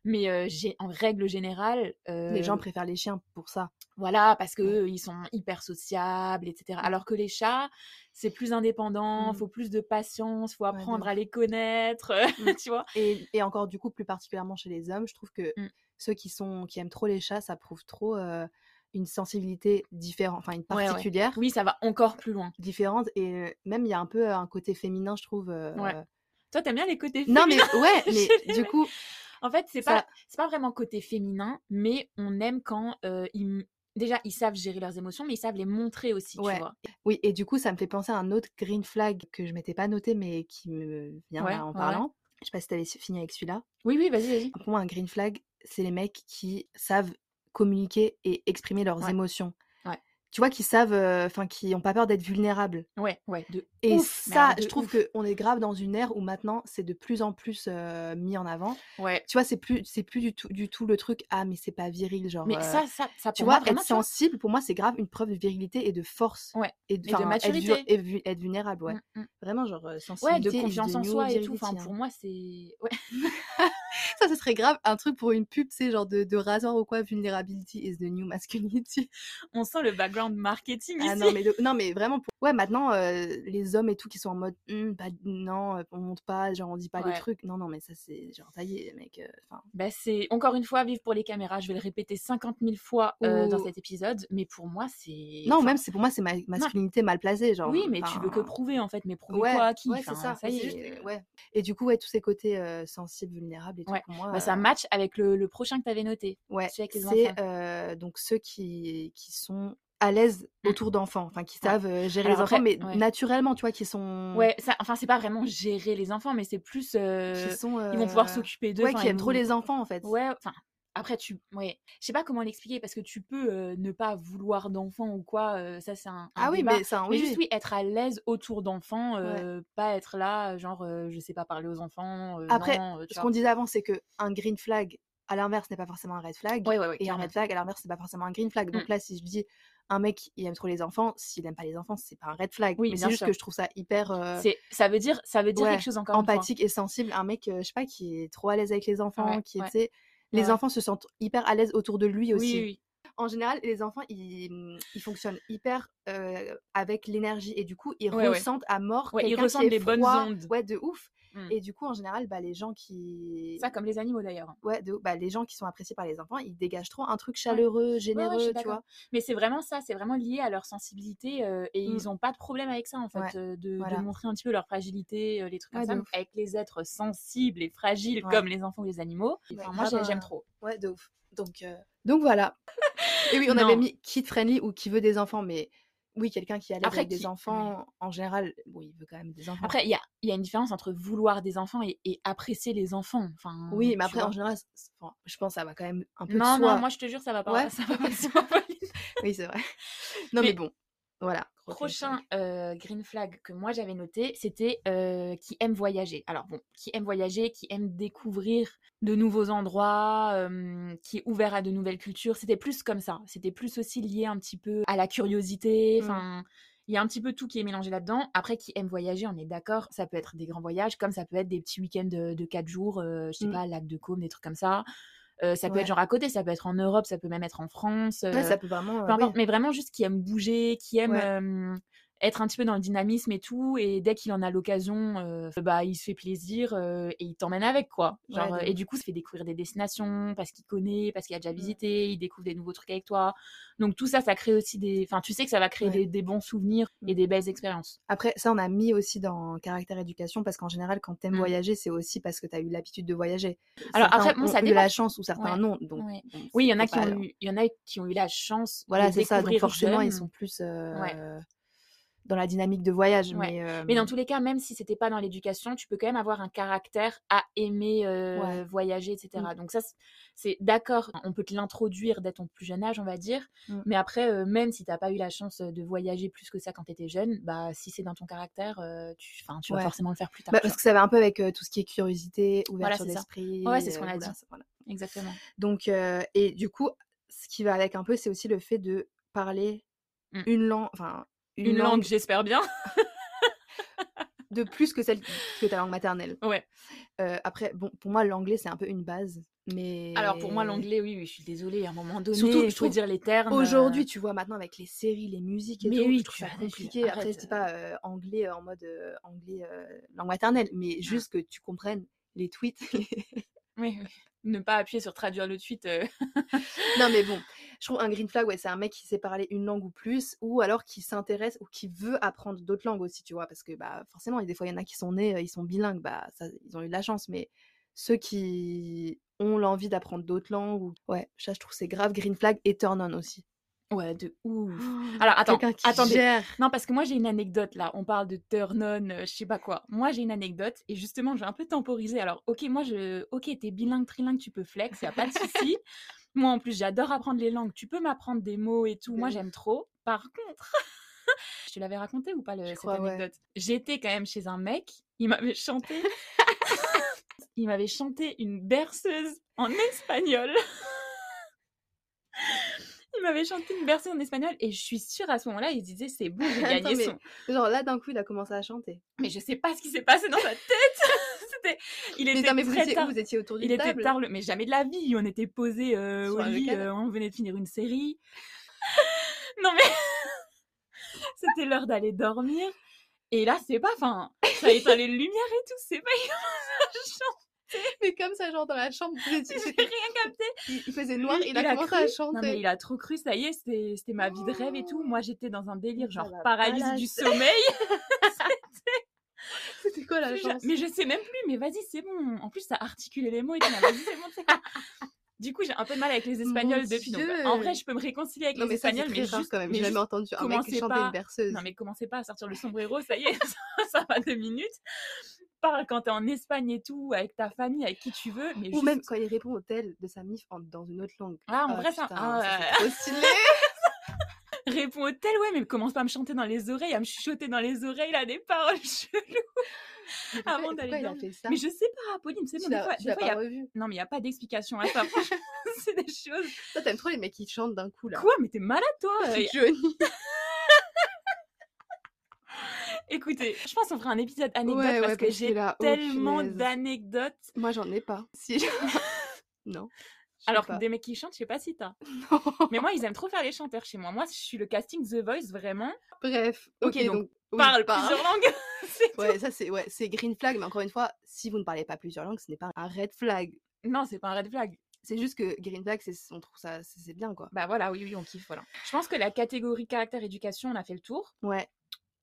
Speaker 2: Mais euh, j'ai- en règle générale...
Speaker 1: Les gens
Speaker 2: euh,
Speaker 1: préfèrent les chiens pour ça.
Speaker 2: voilà, parce que
Speaker 1: Ouais.
Speaker 2: eux, ils sont hyper sociables, etc.
Speaker 1: Mm.
Speaker 2: Alors que les chats, c'est plus indépendant,
Speaker 1: Mm.
Speaker 2: faut plus de patience, faut
Speaker 1: de
Speaker 2: apprendre à
Speaker 1: ouf.
Speaker 2: les connaître, [laughs]
Speaker 1: Mm.
Speaker 2: tu vois.
Speaker 1: Et, et encore, du coup, plus particulièrement chez les hommes, je trouve que
Speaker 2: Mm.
Speaker 1: ceux qui, sont, qui aiment trop les chats, ça prouve trop euh, une sensibilité différente, enfin une
Speaker 2: Ouais, ouais.
Speaker 1: particulière.
Speaker 2: Oui, ça va encore plus loin.
Speaker 1: différentes et euh, même il y a un peu euh, un côté féminin je trouve euh,
Speaker 2: [laughs] Ouais. Toi, t'aimes bien les côtés
Speaker 1: non
Speaker 2: féminins.
Speaker 1: mais
Speaker 2: [laughs]
Speaker 1: ouais mais
Speaker 2: Je
Speaker 1: du
Speaker 2: l'ai-
Speaker 1: coup
Speaker 2: En fait, c'est
Speaker 1: ça
Speaker 2: pas c'est pas vraiment côté féminin, mais on aime quand euh, ils m- déjà ils savent gérer leurs émotions, mais ils savent les montrer aussi, tu
Speaker 1: ouais
Speaker 2: vois.
Speaker 1: oui et du coup ça me fait penser à un autre green flag que je m'étais pas noté mais qui me vient
Speaker 2: Ouais,
Speaker 1: là en
Speaker 2: ouais, ouais.
Speaker 1: parlant je sais pas si t'avais su- fini avec celui-là
Speaker 2: Oui, oui, vas-y, vas-y.
Speaker 1: pour moi un green flag c'est les mecs qui savent communiquer et exprimer leurs
Speaker 2: Ouais.
Speaker 1: émotions
Speaker 2: Ouais.
Speaker 1: tu vois, qui savent, euh, enfin, qui n'ont pas peur d'être vulnérables.
Speaker 2: Ouais, ouais. De
Speaker 1: Et
Speaker 2: ouf, mais
Speaker 1: ça,
Speaker 2: alors de
Speaker 1: je trouve
Speaker 2: ouf.
Speaker 1: qu'on est grave dans une ère où maintenant, c'est de plus en plus euh, mis en avant.
Speaker 2: Ouais.
Speaker 1: Tu vois, c'est plus, c'est plus du tout, du tout le truc, ah, mais c'est pas viril, genre.
Speaker 2: Mais
Speaker 1: euh,
Speaker 2: ça, ça, ça
Speaker 1: tu
Speaker 2: pour moi,
Speaker 1: vois,
Speaker 2: vraiment,
Speaker 1: être
Speaker 2: tu vois,
Speaker 1: sensible, pour moi, c'est grave une preuve de virilité et de force.
Speaker 2: Ouais.
Speaker 1: Et de,
Speaker 2: Et de
Speaker 1: enfin, être vu-
Speaker 2: maturité.
Speaker 1: et vu- Être, vulnérable, ouais.
Speaker 2: mm, mm.
Speaker 1: Vraiment, genre, euh,
Speaker 2: Ouais, de
Speaker 1: sensibilité is
Speaker 2: confiance
Speaker 1: the
Speaker 2: en
Speaker 1: new
Speaker 2: soi et tout. Enfin,
Speaker 1: virility, hein.
Speaker 2: pour moi, c'est. Ouais. [laughs]
Speaker 1: Ça, ce serait grave un truc pour une pub, tu sais, genre de, de rasoir ou quoi, vulnerability is the new
Speaker 2: [laughs]
Speaker 1: masculinity.
Speaker 2: On sent le background marketing
Speaker 1: Ah
Speaker 2: ici.
Speaker 1: non mais, de- non, mais vraiment, pour- ouais, maintenant, euh, les hommes et tout qui sont en mode, Hmm, bah, non, euh, on monte pas, genre, on dit pas
Speaker 2: Ouais.
Speaker 1: les trucs. Non, non, mais ça, c'est genre, ça y est, mec. euh, Enfin,
Speaker 2: Bah, c'est encore une fois vivre pour les caméras. Je vais le répéter 50 000 fois euh, dans
Speaker 1: Ou-
Speaker 2: cet épisode, mais pour moi, c'est.
Speaker 1: non,
Speaker 2: enfin,
Speaker 1: même, c'est pour moi, c'est ma masculinité mal placée, genre.
Speaker 2: Oui, mais tu
Speaker 1: enfin,
Speaker 2: veux que prouver en fait, mais prouver
Speaker 1: ouais,
Speaker 2: quoi à qui
Speaker 1: ouais, c'est
Speaker 2: Enfin,
Speaker 1: ça. c'est
Speaker 2: y est.
Speaker 1: juste, euh, ouais. Et du coup, ouais, tous ces côtés euh, sensibles, vulnérables et tout,
Speaker 2: Ouais.
Speaker 1: pour moi.
Speaker 2: Bah, ça
Speaker 1: euh,
Speaker 2: match avec le, le prochain que t'avais noté.
Speaker 1: Ouais,
Speaker 2: Celui avec les enfants.
Speaker 1: c'est euh, donc ceux qui, qui sont à l'aise
Speaker 2: Mm.
Speaker 1: autour d'enfants, enfin qui
Speaker 2: Ouais.
Speaker 1: savent euh, gérer
Speaker 2: Alors
Speaker 1: les enfants,
Speaker 2: après,
Speaker 1: mais
Speaker 2: ouais.
Speaker 1: naturellement, tu vois, qui sont.
Speaker 2: Ouais, ça, enfin, c'est pas vraiment gérer les enfants, mais c'est plus. euh,
Speaker 1: qui sont
Speaker 2: Ils vont pouvoir
Speaker 1: euh,
Speaker 2: s'occuper d'eux.
Speaker 1: Ouais,
Speaker 2: enfin,
Speaker 1: qui
Speaker 2: ils
Speaker 1: aiment trop
Speaker 2: vont-
Speaker 1: les enfants, en fait.
Speaker 2: Ouais, enfin. Après, tu. Ouais. Je sais pas comment l'expliquer parce que tu peux euh, ne pas vouloir d'enfants ou quoi. euh, ça, c'est un, un
Speaker 1: Ah oui,
Speaker 2: débat.
Speaker 1: mais ça,
Speaker 2: Mais
Speaker 1: oui.
Speaker 2: juste,
Speaker 1: oui.
Speaker 2: oui, être à l'aise autour d'enfants, euh, pas être là, genre, euh, je sais pas parler aux enfants. euh,
Speaker 1: Après,
Speaker 2: non, euh, tu
Speaker 1: Ce
Speaker 2: vois.
Speaker 1: qu'on disait avant, c'est que un green flag, à l'inverse, n'est pas forcément un red flag.
Speaker 2: Ouais, ouais, ouais,
Speaker 1: Et un
Speaker 2: carrément.
Speaker 1: red flag, à l'inverse, c'est pas forcément un green flag. Donc
Speaker 2: Mm.
Speaker 1: là, si je dis un mec, il aime trop les enfants, s'il aime pas les enfants, c'est pas un red flag.
Speaker 2: Oui,
Speaker 1: mais
Speaker 2: bien
Speaker 1: c'est juste
Speaker 2: sûr.
Speaker 1: que je trouve ça hyper. euh,
Speaker 2: C'est- ça veut dire, ça veut dire
Speaker 1: Ouais,
Speaker 2: quelque chose encore une fois.
Speaker 1: empathique et sensible, un mec, euh, je sais pas, qui est trop à l'aise avec les enfants,
Speaker 2: Ouais,
Speaker 1: qui est,
Speaker 2: ouais.
Speaker 1: tu sais, les
Speaker 2: ouais.
Speaker 1: enfants se sentent hyper à l'aise autour de lui aussi.
Speaker 2: Oui, oui.
Speaker 1: En général, les enfants, ils, mmh, ils fonctionnent hyper euh, avec l'énergie et du coup, ils
Speaker 2: Ouais, ouais.
Speaker 1: ressentent à mort
Speaker 2: Ouais, ils
Speaker 1: quelqu'un qui
Speaker 2: ressentent
Speaker 1: est
Speaker 2: les bonnes
Speaker 1: froid,
Speaker 2: ondes.
Speaker 1: ouais, de ouf.
Speaker 2: Mm.
Speaker 1: Et du coup, en général, bah, les gens qui,
Speaker 2: Ça, comme les animaux d'ailleurs. hein.
Speaker 1: ouais, de- bah, les gens qui sont appréciés par les enfants, ils dégagent trop un truc chaleureux,
Speaker 2: Ouais, ouais, je
Speaker 1: généreux,
Speaker 2: suis
Speaker 1: tu
Speaker 2: d'accord.
Speaker 1: vois.
Speaker 2: Mais c'est vraiment ça, c'est vraiment lié à leur sensibilité euh, et
Speaker 1: Mm.
Speaker 2: ils n'ont pas de problème avec ça en fait,
Speaker 1: Ouais,
Speaker 2: euh, de, de
Speaker 1: voilà.
Speaker 2: montrer un petit peu leur fragilité, euh, les trucs comme
Speaker 1: Ouais,
Speaker 2: ça.
Speaker 1: de
Speaker 2: mais
Speaker 1: ouf.
Speaker 2: Avec les êtres sensibles et fragiles
Speaker 1: Ouais.
Speaker 2: comme les enfants ou les animaux,
Speaker 1: Ouais,
Speaker 2: Enfin, moi
Speaker 1: grave hein.
Speaker 2: j'ai- j'aime
Speaker 1: un-
Speaker 2: trop.
Speaker 1: Ouais, de ouf. Donc, euh, donc voilà. Et oui, on avait
Speaker 2: Non.
Speaker 1: mis kid friendly ou qui veut des enfants, mais oui, quelqu'un qui a l'aise
Speaker 2: Après,
Speaker 1: avec
Speaker 2: qui-
Speaker 1: des enfants, en général, bon, il veut quand même des enfants.
Speaker 2: Après, il y a, il y a une différence entre vouloir des enfants et, et apprécier les enfants. Enfin,
Speaker 1: oui, mais
Speaker 2: tu
Speaker 1: après,
Speaker 2: vois.
Speaker 1: en général, c'est- c'est- enfin, je pense que ça va quand même un peu de
Speaker 2: Non,
Speaker 1: soi.
Speaker 2: non, moi je te jure, ça va pas.
Speaker 1: Ouais.
Speaker 2: [laughs] Ça va pas de soi,
Speaker 1: [laughs]
Speaker 2: Pauline.
Speaker 1: Oui, c'est
Speaker 2: [laughs]
Speaker 1: vrai. Non, mais,
Speaker 2: Mais-
Speaker 1: bon, voilà. gros green
Speaker 2: Prochain
Speaker 1: flag.
Speaker 2: euh, green flag que moi j'avais noté, c'était euh, qui aime voyager. Alors bon, qui aime voyager, qui aime découvrir de nouveaux endroits, euh, qui est ouvert à de nouvelles cultures. C'était plus comme ça. C'était plus aussi lié un petit peu à la curiosité.
Speaker 1: Mm.
Speaker 2: Enfin, il y a un petit peu tout qui est mélangé là-dedans. Après, qui aime voyager, on est d'accord. Ça peut être des grands voyages, comme ça peut être des petits week-ends de, de 4 jours, euh, je sais
Speaker 1: Mm.
Speaker 2: pas, lac de Caume, des trucs comme ça. Euh, ça peut
Speaker 1: Ouais.
Speaker 2: être genre à côté, ça peut être en Europe, ça peut même être en France.
Speaker 1: Ouais,
Speaker 2: euh,
Speaker 1: ça peut vraiment.
Speaker 2: peu
Speaker 1: euh,
Speaker 2: importe,
Speaker 1: oui.
Speaker 2: mais vraiment juste qui aime bouger, qui aime
Speaker 1: Ouais.
Speaker 2: euh, être un petit peu dans le dynamisme et tout, et dès qu'il en a l'occasion, euh, bah il se fait plaisir euh, et il t'emmène avec quoi.
Speaker 1: Ouais,
Speaker 2: Genre
Speaker 1: de
Speaker 2: euh, et
Speaker 1: ouf.
Speaker 2: du coup, il se fait découvrir des destinations parce qu'il connaît, parce qu'il a déjà
Speaker 1: Mm.
Speaker 2: visité, il découvre des nouveaux trucs avec toi. Donc tout ça, ça crée aussi des, enfin tu sais que ça va créer
Speaker 1: Ouais.
Speaker 2: des, des bons souvenirs
Speaker 1: Mm.
Speaker 2: et des belles expériences.
Speaker 1: Après, ça, on a mis aussi dans caractère éducation parce qu'en général, quand t'aimes
Speaker 2: Mm.
Speaker 1: voyager, c'est aussi parce que t'as eu l'habitude de voyager.
Speaker 2: Alors,
Speaker 1: certains
Speaker 2: après, bon,
Speaker 1: ont
Speaker 2: ça
Speaker 1: eu
Speaker 2: dépend.
Speaker 1: la chance ou certains
Speaker 2: Ouais.
Speaker 1: non. Donc,
Speaker 2: Ouais.
Speaker 1: bon,
Speaker 2: Oui, il y en
Speaker 1: c'est
Speaker 2: a qui
Speaker 1: pas-
Speaker 2: ont eu, il y en a qui ont eu la chance
Speaker 1: Voilà,
Speaker 2: de
Speaker 1: c'est ça. Donc
Speaker 2: découvrir
Speaker 1: forcément, ils
Speaker 2: jeune.
Speaker 1: sont plus
Speaker 2: Ouais.
Speaker 1: euh, dans la dynamique de voyage.
Speaker 2: Ouais.
Speaker 1: Mais, euh,
Speaker 2: Mais dans tous les cas, même si c'était pas dans l'éducation, tu peux quand même avoir un caractère à aimer euh,
Speaker 1: Ouais. Mmh.
Speaker 2: voyager, etc. Donc ça, c'est- c'est d'accord. On peut te l'introduire dès ton plus jeune âge, on va dire.
Speaker 1: Mm.
Speaker 2: Mais après, euh, même si t'as pas eu la chance euh, de voyager plus que ça quand t'étais jeune, bah si c'est dans ton caractère, euh, tu, 'fin, tu vas
Speaker 1: Ouais.
Speaker 2: forcément le faire plus tard.
Speaker 1: bah,
Speaker 2: tu
Speaker 1: parce que ça va un peu avec euh, tout ce qui est curiosité,
Speaker 2: Voilà,
Speaker 1: ouverture
Speaker 2: c'est ça.
Speaker 1: d'esprit.
Speaker 2: Ouais, c'est ce qu'on
Speaker 1: euh,
Speaker 2: a
Speaker 1: oula,
Speaker 2: dit.
Speaker 1: ça- voilà.
Speaker 2: vois. Exactement.
Speaker 1: Donc, euh, et du coup, ce qui va avec un peu, c'est aussi le fait de parler
Speaker 2: Mm.
Speaker 1: une langue, enfin une,
Speaker 2: Une, langue,
Speaker 1: langue
Speaker 2: j'espère bien. [laughs]
Speaker 1: de plus que celle que ta langue maternelle.
Speaker 2: ouais.
Speaker 1: Euh, après, bon, pour moi, l'anglais c'est un peu une base, mais
Speaker 2: Alors pour moi, l'anglais, oui, oui, je suis désolée. À un moment donné,
Speaker 1: Surtout, je
Speaker 2: il faut
Speaker 1: trouve,
Speaker 2: dire les termes. euh,
Speaker 1: Aujourd'hui, tu vois, maintenant avec les séries, les musiques et
Speaker 2: Mais
Speaker 1: tout,
Speaker 2: oui,
Speaker 1: je trouve
Speaker 2: tu
Speaker 1: ça
Speaker 2: as- tu-
Speaker 1: compliqué. Après, je
Speaker 2: arrête,
Speaker 1: dis pas euh, anglais euh, en mode euh, anglais euh, langue maternelle,
Speaker 2: Ah.
Speaker 1: mais juste que tu comprennes les
Speaker 2: [laughs]
Speaker 1: tweets. [laughs]
Speaker 2: euh, Oui, oui. Ne pas appuyer sur traduire le tweet. euh,
Speaker 1: non, mais bon, je trouve un green flag, ouais, c'est un mec qui sait parler une langue ou plus, ou alors qui s'intéresse ou qui veut apprendre d'autres langues aussi, tu vois, parce que bah forcément, des fois, il y en a qui sont nés, euh, ils sont bilingues, bah ça, ils ont eu de la chance, mais ceux qui ont l'envie d'apprendre d'autres langues, ou... ouais, ça, je trouve c'est grave green flag et turn on aussi.
Speaker 2: Ouais, de ouf. Alors, attends,
Speaker 1: Quelqu'un qui
Speaker 2: attendez.
Speaker 1: gère.
Speaker 2: Non, parce que moi, j'ai une anecdote, là. On parle de turn on, euh, je sais pas quoi. Moi, j'ai une anecdote, et justement, j'ai un peu temporisé. Alors, ok, moi, je... Ok, t'es bilingue, trilingue, tu peux flex, y a pas de
Speaker 1: [laughs]
Speaker 2: souci. moi, en plus, j'adore apprendre les langues. Tu peux m'apprendre des mots et tout.
Speaker 1: De
Speaker 2: Moi,
Speaker 1: ouf.
Speaker 2: j'aime trop. Par contre... [laughs] Je te l'avais raconté ou pas le-
Speaker 1: Je
Speaker 2: cette
Speaker 1: crois, ouais.
Speaker 2: anecdote J'étais quand même chez un mec, il m'avait chanté. il m'avait chanté une berceuse en espagnol. [laughs] il m'avait chanté une berceuse en espagnol et je suis sûre à ce moment-là, il se disait c'est bon,
Speaker 1: [laughs]
Speaker 2: j'ai
Speaker 1: Attends,
Speaker 2: gagné
Speaker 1: mais-
Speaker 2: son.
Speaker 1: Genre là, d'un coup, il a commencé à chanter.
Speaker 2: Mais je sais pas ce qui s'est passé dans sa tête. [laughs] C'était il
Speaker 1: Mais,
Speaker 2: était
Speaker 1: non, mais vous,
Speaker 2: très
Speaker 1: étiez, où
Speaker 2: tard.
Speaker 1: vous étiez autour
Speaker 2: Il
Speaker 1: d'une
Speaker 2: était
Speaker 1: table.
Speaker 2: tard, le- mais jamais de la vie. On était posés euh,
Speaker 1: Sur
Speaker 2: au
Speaker 1: un
Speaker 2: lit,
Speaker 1: canapé.
Speaker 2: euh, on venait de finir une série. [laughs] non mais [laughs] c'était l'heure d'aller dormir. Et là, c'est pas, enfin, ça a éteint les lumières et tout,
Speaker 1: [laughs]
Speaker 2: c'est pas, il a
Speaker 1: Mais comme ça, genre dans la chambre, vous étiez-
Speaker 2: chanté, j'ai
Speaker 1: c'était-
Speaker 2: rien capté.
Speaker 1: il, il faisait noir,
Speaker 2: Lui,
Speaker 1: il, a commencé
Speaker 2: cru.
Speaker 1: à
Speaker 2: Non, mais
Speaker 1: chanter.
Speaker 2: il a trop cru, ça y est, c'était c'était ma vie de rêve et tout. Moi, j'étais dans un délire,
Speaker 1: Mais
Speaker 2: genre
Speaker 1: ça va pas,
Speaker 2: paralysie
Speaker 1: là,
Speaker 2: du
Speaker 1: c'est-
Speaker 2: sommeil.
Speaker 1: C'était quoi la
Speaker 2: Plus ja-
Speaker 1: chance
Speaker 2: Mais je sais même plus, mais vas-y, c'est bon. En plus, ça articulait les mots et tout. mais Vas-y, c'est bon, c'est bon. Du coup, j'ai un peu de mal avec les
Speaker 1: Mon
Speaker 2: Espagnols depuis. Donc, bah,
Speaker 1: Dieu.
Speaker 2: en vrai, je peux me réconcilier avec
Speaker 1: Non,
Speaker 2: les
Speaker 1: mais ça, c'est
Speaker 2: Espagnols,
Speaker 1: très
Speaker 2: mais
Speaker 1: rare
Speaker 2: juste,
Speaker 1: quand même.
Speaker 2: mais
Speaker 1: J'ai jamais
Speaker 2: juste-
Speaker 1: entendu un mec
Speaker 2: commencez
Speaker 1: chanter
Speaker 2: pas.
Speaker 1: une berceuse.
Speaker 2: Non, mais commencez pas à sortir le sombrero, ça y est, [laughs] ça, ça va deux minutes. Parle quand t'es en Espagne et tout, avec ta famille, avec qui tu veux. Mais
Speaker 1: Ou
Speaker 2: juste-
Speaker 1: même quand il répond au tel de sa mif en- dans une autre langue.
Speaker 2: Ah,
Speaker 1: Ah,
Speaker 2: en vrai, ça.
Speaker 1: putain,
Speaker 2: ah,
Speaker 1: ça,
Speaker 2: ouais.
Speaker 1: c'est trop
Speaker 2: [laughs]
Speaker 1: stylé.
Speaker 2: Réponds au tel, ouais, mais commence pas à me chanter dans les oreilles, à me chuchoter dans les oreilles, là, des paroles [laughs] cheloues.
Speaker 1: Mais pourquoi-
Speaker 2: Avant d'aller
Speaker 1: pourquoi il a
Speaker 2: dormir.
Speaker 1: fait ça
Speaker 2: Mais je sais pas, Pauline, c'est bon,
Speaker 1: Tu
Speaker 2: des
Speaker 1: l'as
Speaker 2: fois,
Speaker 1: tu
Speaker 2: des
Speaker 1: l'as
Speaker 2: fois, y
Speaker 1: pas
Speaker 2: a...
Speaker 1: revu.
Speaker 2: Non, mais il n'y a pas d'explication à ça. [laughs] franchement, c'est des choses.
Speaker 1: Toi, t'aimes trop les mecs qui chantent d'un coup, là.
Speaker 2: Quoi, mais t'es malade, toi
Speaker 1: [laughs]
Speaker 2: euh,
Speaker 1: C'est Johnny.
Speaker 2: Écoutez, je pense qu'on fera un épisode anecdote
Speaker 1: Ouais,
Speaker 2: parce
Speaker 1: ouais,
Speaker 2: que
Speaker 1: parce
Speaker 2: j'ai
Speaker 1: que là, oh,
Speaker 2: tellement
Speaker 1: punaise.
Speaker 2: d'anecdotes.
Speaker 1: Moi, j'en ai pas. Si
Speaker 2: [laughs]
Speaker 1: j'en- [laughs] Non. je sais
Speaker 2: Alors que
Speaker 1: pas.
Speaker 2: des mecs qui chantent, je sais pas si t'as.
Speaker 1: [laughs] Non.
Speaker 2: Mais moi, ils aiment trop faire les chanteurs chez moi. Moi, je suis le casting The Voice, vraiment.
Speaker 1: Bref.
Speaker 2: Ok,
Speaker 1: Ok,
Speaker 2: donc,
Speaker 1: donc. oui, bah.
Speaker 2: parle plusieurs langues. [laughs] C'est tout.
Speaker 1: Ouais, ça, c'est ouais, c'est green flag, mais encore une fois, si vous ne parlez pas plusieurs langues, ce n'est pas un red flag.
Speaker 2: Non, c'est pas un red flag.
Speaker 1: C'est juste que green flag, c'est on trouve ça, c'est c'est bien, quoi.
Speaker 2: Bah voilà, oui, oui, on kiffe, voilà. Je pense que la catégorie caractère éducation, on a fait le tour.
Speaker 1: Ouais.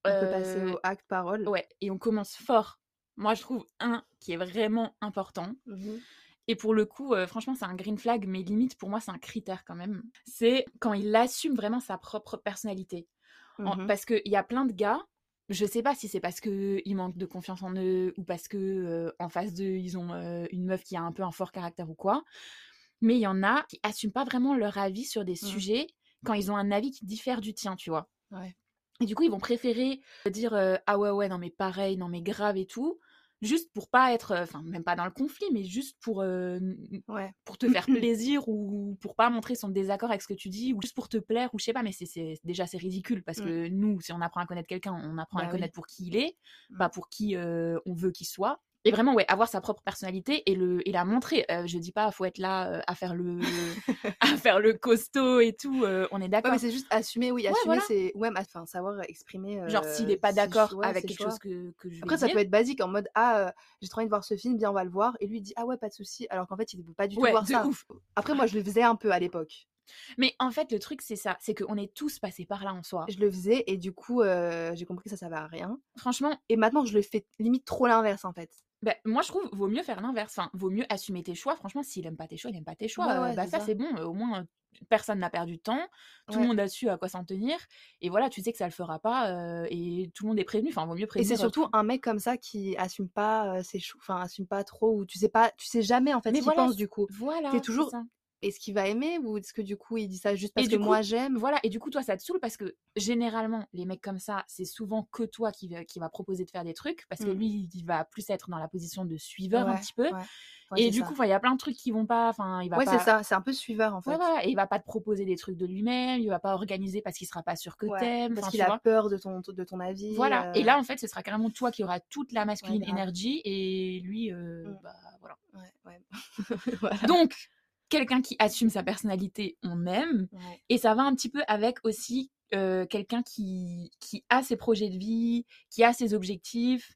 Speaker 1: On peut passer
Speaker 2: Euh,
Speaker 1: au acte parole.
Speaker 2: Ouais, et on commence fort. Moi, je trouve un qui est vraiment important.
Speaker 1: Mhm.
Speaker 2: Et pour le coup, euh, franchement, c'est un green flag, mais limite, pour moi, c'est un critère quand même. C'est quand il assume vraiment sa propre personnalité. En-
Speaker 1: Mhm.
Speaker 2: Parce qu'il y a plein de gars, je sais pas si c'est parce qu'ils manquent de confiance en eux ou parce que euh, en face d'eux, ils ont euh, une meuf qui a un peu un fort caractère ou quoi. Mais il y en a qui assument pas vraiment leur avis sur des
Speaker 1: Mhm.
Speaker 2: sujets quand ils ont un avis qui diffère du tien, tu vois.
Speaker 1: Ouais.
Speaker 2: Et du coup, ils vont préférer dire euh, ah ouais ouais non mais pareil, non mais grave et tout, juste pour pas être euh, enfin même pas dans le conflit mais juste pour euh, n-
Speaker 1: Ouais.
Speaker 2: pour te
Speaker 1: Mmh,
Speaker 2: faire plaisir ou pour pas montrer son désaccord avec ce que tu dis ou juste pour te plaire ou je sais pas mais c'est- c'est déjà c'est ridicule parce
Speaker 1: Mm.
Speaker 2: que nous si on apprend à connaître quelqu'un on apprend à
Speaker 1: Bah
Speaker 2: le
Speaker 1: oui.
Speaker 2: connaître pour qui il est
Speaker 1: Mm.
Speaker 2: pas pour qui euh, on veut qu'il soit et vraiment ouais avoir sa propre personnalité et le et la montrer Euh, je dis pas faut être là euh, à faire
Speaker 1: [laughs]
Speaker 2: le à faire le costaud et tout euh, on est
Speaker 1: Ouais,
Speaker 2: d'accord
Speaker 1: mais c'est juste assumer, oui, assumer,
Speaker 2: voilà.
Speaker 1: c'est. Ouais, mais enfin, savoir exprimer.
Speaker 2: genre
Speaker 1: euh,
Speaker 2: s'il est pas
Speaker 1: ses
Speaker 2: d'accord
Speaker 1: choix,
Speaker 2: avec
Speaker 1: ses
Speaker 2: quelque
Speaker 1: choix.
Speaker 2: chose que que je vais
Speaker 1: Après, ça
Speaker 2: dire,
Speaker 1: peut être basique en mode Ah, euh, j'ai trop envie de voir ce film, bien, on va le voir. Et lui, il dit Ah, ouais, pas de souci. Alors qu'en fait, il ne veut pas du tout
Speaker 2: Ouais,
Speaker 1: voir
Speaker 2: de
Speaker 1: ça.
Speaker 2: ouf.
Speaker 1: Après, moi, je le faisais un peu à l'époque.
Speaker 2: Mais en fait, le truc, c'est ça. C'est qu'on est tous passés par là en soi.
Speaker 1: Je le faisais et du coup, euh, j'ai compris que ça, ça va à rien.
Speaker 2: Franchement,
Speaker 1: Et maintenant, je le fais limite trop l'inverse en fait.
Speaker 2: bah, moi, je trouve vaut mieux faire l'inverse. Enfin, vaut mieux assumer tes choix. Franchement, s'il aime pas tes choix, il aime pas tes choix.
Speaker 1: Ouais,
Speaker 2: Euh,
Speaker 1: ouais,
Speaker 2: bah,
Speaker 1: c'est
Speaker 2: ça,
Speaker 1: ça.
Speaker 2: c'est bon. Euh, Au moins, euh, personne n'a perdu de temps. Tout le
Speaker 1: Ouais.
Speaker 2: monde a su à quoi s'en tenir. Et voilà, tu sais que ça le fera pas. euh, et tout le monde est prévenu. Enfin, vaut mieux
Speaker 1: Et
Speaker 2: prévenir.
Speaker 1: c'est
Speaker 2: euh,
Speaker 1: surtout un mec comme ça qui assume pas euh, ses choux, enfin assume pas trop ou tu sais pas, tu sais jamais en fait
Speaker 2: Mais
Speaker 1: ce qu'il
Speaker 2: voilà,
Speaker 1: pense du coup.
Speaker 2: Voilà.
Speaker 1: T'es
Speaker 2: c'est
Speaker 1: toujours-
Speaker 2: ça.
Speaker 1: Est-ce qu'il va aimer ou est-ce que du coup il dit ça juste parce
Speaker 2: du
Speaker 1: que
Speaker 2: coup,
Speaker 1: moi j'aime
Speaker 2: Voilà, et du coup, toi, ça te saoule parce que généralement, les mecs comme ça, c'est souvent que toi qui, va- qui va proposer de faire des trucs parce que
Speaker 1: Mm.
Speaker 2: lui, il va plus être dans la position de suiveur un
Speaker 1: Ouais,
Speaker 2: petit peu.
Speaker 1: ouais. Ouais,
Speaker 2: et
Speaker 1: c'est
Speaker 2: du
Speaker 1: ça.
Speaker 2: coup, enfin, il y a plein de trucs qui vont pas. Enfin, il va
Speaker 1: ouais,
Speaker 2: pas.
Speaker 1: c'est ça, c'est un peu suiveur en fait.
Speaker 2: Ouais, voilà. Et il va pas te proposer des trucs de lui-même, il va pas organiser parce qu'il sera pas sûr que
Speaker 1: Ouais,
Speaker 2: t'aimes.
Speaker 1: Parce
Speaker 2: enfin,
Speaker 1: qu'il
Speaker 2: tu
Speaker 1: a
Speaker 2: vois.
Speaker 1: peur de ton, de ton avis.
Speaker 2: Voilà.
Speaker 1: euh,
Speaker 2: Et là, en fait, ce sera carrément toi qui auras toute la masculine
Speaker 1: grave.
Speaker 2: énergie et lui,
Speaker 1: Mm.
Speaker 2: euh,
Speaker 1: [laughs]
Speaker 2: bah voilà.
Speaker 1: ouais, ouais. Voilà.
Speaker 2: Donc, quelqu'un qui assume sa personnalité, on aime.
Speaker 1: Ouais.
Speaker 2: Et ça va un petit peu avec aussi euh, quelqu'un qui, qui a ses projets de vie, qui a ses objectifs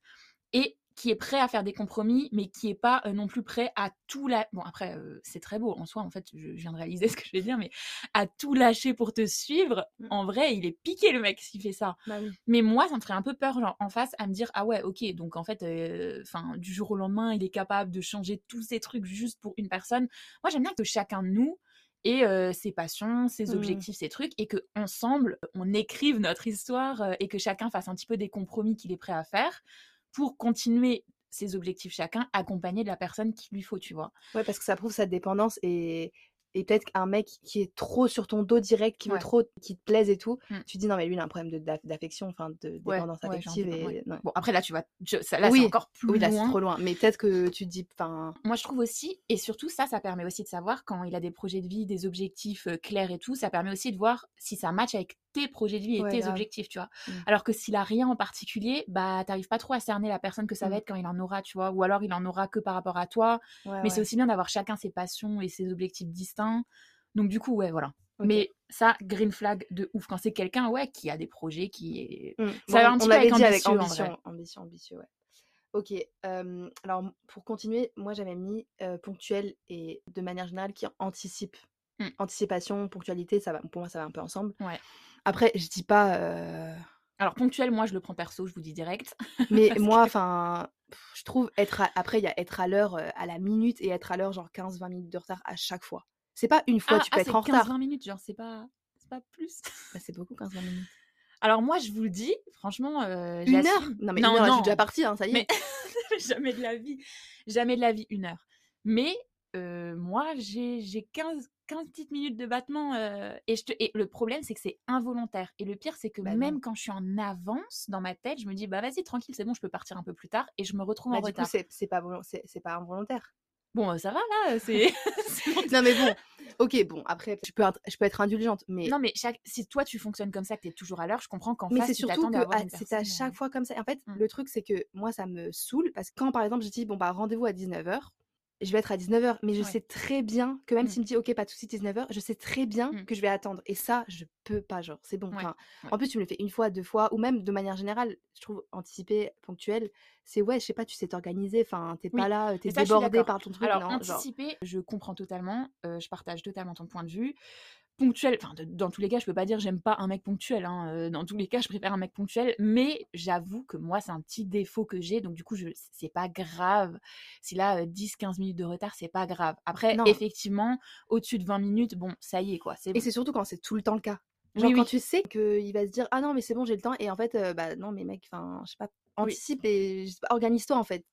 Speaker 2: et qui est prêt à faire des compromis, mais qui n'est pas euh, non plus prêt à tout lâcher. Bon, après, euh, c'est très beau en soi, en fait, je, je viens de réaliser [laughs] ce que je vais dire, mais à tout lâcher pour te suivre,
Speaker 1: Mm.
Speaker 2: en vrai, il est piqué le mec s'il fait ça.
Speaker 1: Bah oui.
Speaker 2: Mais moi, ça me ferait un peu peur, genre, en face, à me dire, ah ouais, ok, donc en fait, euh, 'fin, du jour au lendemain, il est capable de changer tous ces trucs juste pour une personne. Moi, j'aime bien que chacun de nous et euh, ses passions, ses
Speaker 1: Mmh.
Speaker 2: objectifs, ses trucs, et que ensemble on écrive notre histoire euh, et que chacun fasse un petit peu des compromis qu'il est prêt à faire pour continuer ses objectifs chacun, accompagné de la personne qu'il lui faut, tu vois.
Speaker 1: Ouais, parce que ça prouve sa dépendance et, et peut-être qu'un mec qui est trop sur ton dos direct, qui veut
Speaker 2: Ouais.
Speaker 1: trop, qui te plaise et tout,
Speaker 2: Mm.
Speaker 1: tu te dis non, mais lui, il a un problème de- d'aff- d'affection, enfin, de
Speaker 2: Ouais,
Speaker 1: dépendance
Speaker 2: ouais, j'en
Speaker 1: affective.
Speaker 2: doute pas,
Speaker 1: et... non.
Speaker 2: Bon, après là, tu vas, je- ça, là,
Speaker 1: Oui.
Speaker 2: c'est encore plus
Speaker 1: Oui, là, c'est
Speaker 2: loin.
Speaker 1: trop loin. Mais peut-être que tu te dis, enfin,
Speaker 2: Moi, je trouve aussi, et surtout ça, ça permet aussi de savoir quand il a des projets de vie, des objectifs euh, clairs et tout, ça permet aussi de voir si ça match avec tes projets de vie et
Speaker 1: Ouais,
Speaker 2: tes
Speaker 1: grave.
Speaker 2: objectifs, tu vois.
Speaker 1: Mm.
Speaker 2: Alors que s'il a rien en particulier, bah, t'arrives pas trop à cerner la personne que ça
Speaker 1: Mm.
Speaker 2: va être quand il en aura, tu vois. Ou alors il en aura que par rapport à toi.
Speaker 1: ouais,
Speaker 2: Mais c'est
Speaker 1: Ah ouais.
Speaker 2: aussi bien d'avoir chacun ses passions et ses objectifs distincts. Donc du coup, ouais, voilà.
Speaker 1: Ok.
Speaker 2: Mais ça, green flag de ouf. Quand c'est quelqu'un, ouais, qui a des projets, qui est...
Speaker 1: Mm.
Speaker 2: Ça va
Speaker 1: on-
Speaker 2: un
Speaker 1: on
Speaker 2: petit peu
Speaker 1: l'avait
Speaker 2: avec
Speaker 1: dit avec
Speaker 2: ambitieux, en vrai.
Speaker 1: ambition, ambition, ambitieux, ouais. Ok, euh, alors m- pour continuer, moi j'avais mis euh, ponctuel et de manière générale qui anticipe.
Speaker 2: Mm.
Speaker 1: Anticipation, ponctualité, ça va, pour moi ça va un peu ensemble.
Speaker 2: Ouais.
Speaker 1: Après, je dis pas. euh,
Speaker 2: Alors ponctuel, moi, je le prends perso, je vous dis direct.
Speaker 1: Mais
Speaker 2: [laughs] Parce
Speaker 1: moi, enfin, pff, je trouve être. à- Après, il y a être à l'heure euh, à la minute et être à l'heure, genre 15-20 minutes de retard à chaque fois. C'est pas une fois,
Speaker 2: ah,
Speaker 1: tu
Speaker 2: ah,
Speaker 1: peux
Speaker 2: c'est
Speaker 1: être en retard.
Speaker 2: 15-20 minutes, genre, c'est pas... C'est pas plus.
Speaker 1: Bah, c'est beaucoup 15-20 minutes.
Speaker 2: Alors moi, je vous le dis, franchement, euh,
Speaker 1: Une
Speaker 2: j'assume-
Speaker 1: heure Non, mais
Speaker 2: Non,
Speaker 1: une heure, là, je suis
Speaker 2: non.
Speaker 1: déjà partie, hein, ça y est.
Speaker 2: Mais-
Speaker 1: [laughs]
Speaker 2: [laughs] jamais de la vie, jamais de la vie, une heure. Mais euh, moi, j'ai j'ai 15, 15 petites minutes de battement. euh, et, je te- et le problème, c'est que c'est involontaire. Et le pire, c'est que
Speaker 1: Bah non.
Speaker 2: même quand je suis en avance dans ma tête, je me dis, bah vas-y, tranquille, c'est bon, je peux partir un peu plus tard. Et je me retrouve
Speaker 1: Bah,
Speaker 2: en
Speaker 1: du coup,
Speaker 2: retard.
Speaker 1: c'est c'est pas, volon- c'est c'est pas involontaire.
Speaker 2: Bon, euh, ça va
Speaker 1: [laughs]
Speaker 2: là, euh, c'est... [laughs] c'est bon.
Speaker 1: non, mais bon, ok, bon, après, je peux, être- je peux être indulgente, mais.
Speaker 2: Non, mais chaque... si toi, tu fonctionnes comme ça, que tu es toujours à l'heure, je comprends qu'en
Speaker 1: Mais
Speaker 2: face,
Speaker 1: c'est
Speaker 2: tu
Speaker 1: surtout
Speaker 2: t'attends
Speaker 1: que
Speaker 2: à avoir
Speaker 1: à-
Speaker 2: une
Speaker 1: c'est à
Speaker 2: personne,
Speaker 1: chaque
Speaker 2: euh,
Speaker 1: fois comme ça. Et en fait,
Speaker 2: Mm.
Speaker 1: le truc, c'est que moi, ça me saoule parce que quand, par exemple, je dis, bon, bah, rendez-vous à 19h, je vais être à 19h, mais je
Speaker 2: Ouais.
Speaker 1: sais très bien que même
Speaker 2: Mm.
Speaker 1: s'il me dit, ok, pas de souci, 19h, je sais très bien
Speaker 2: Mm.
Speaker 1: que je vais attendre. Et ça, je peux pas, genre, c'est bon.
Speaker 2: Ouais,
Speaker 1: Enfin,
Speaker 2: ouais.
Speaker 1: En plus, tu me le fais une fois, deux fois, ou même de manière générale, je trouve anticiper, ponctuel, c'est ouais, je sais pas, tu sais t'organiser, enfin, t'es
Speaker 2: Oui.
Speaker 1: pas là, euh, t'es
Speaker 2: Mais ça, je suis
Speaker 1: débordé
Speaker 2: d'accord.
Speaker 1: par ton truc.
Speaker 2: Alors,
Speaker 1: non, genre,
Speaker 2: anticiper, je comprends totalement, euh, je partage totalement ton point de vue. Ponctuel, enfin, de- dans tous les cas, je peux pas dire j'aime pas un mec ponctuel. hein, euh, dans tous les cas, je préfère un mec ponctuel, mais j'avoue que moi, c'est un petit défaut que j'ai, donc du coup, je c'est pas grave. S'il a euh, 10-15 minutes de retard, c'est pas grave. Après,
Speaker 1: Non.
Speaker 2: effectivement, au-dessus de 20 minutes, bon, ça y est, quoi. C'est
Speaker 1: Et
Speaker 2: bon.
Speaker 1: c'est surtout quand c'est tout le temps le cas.
Speaker 2: Oui,
Speaker 1: Genre
Speaker 2: oui.
Speaker 1: quand tu sais qu'il va se dire ah non mais c'est bon j'ai le temps et en fait euh, bah non mais mec enfin je sais pas anticipe et je sais pas, organise-toi en fait.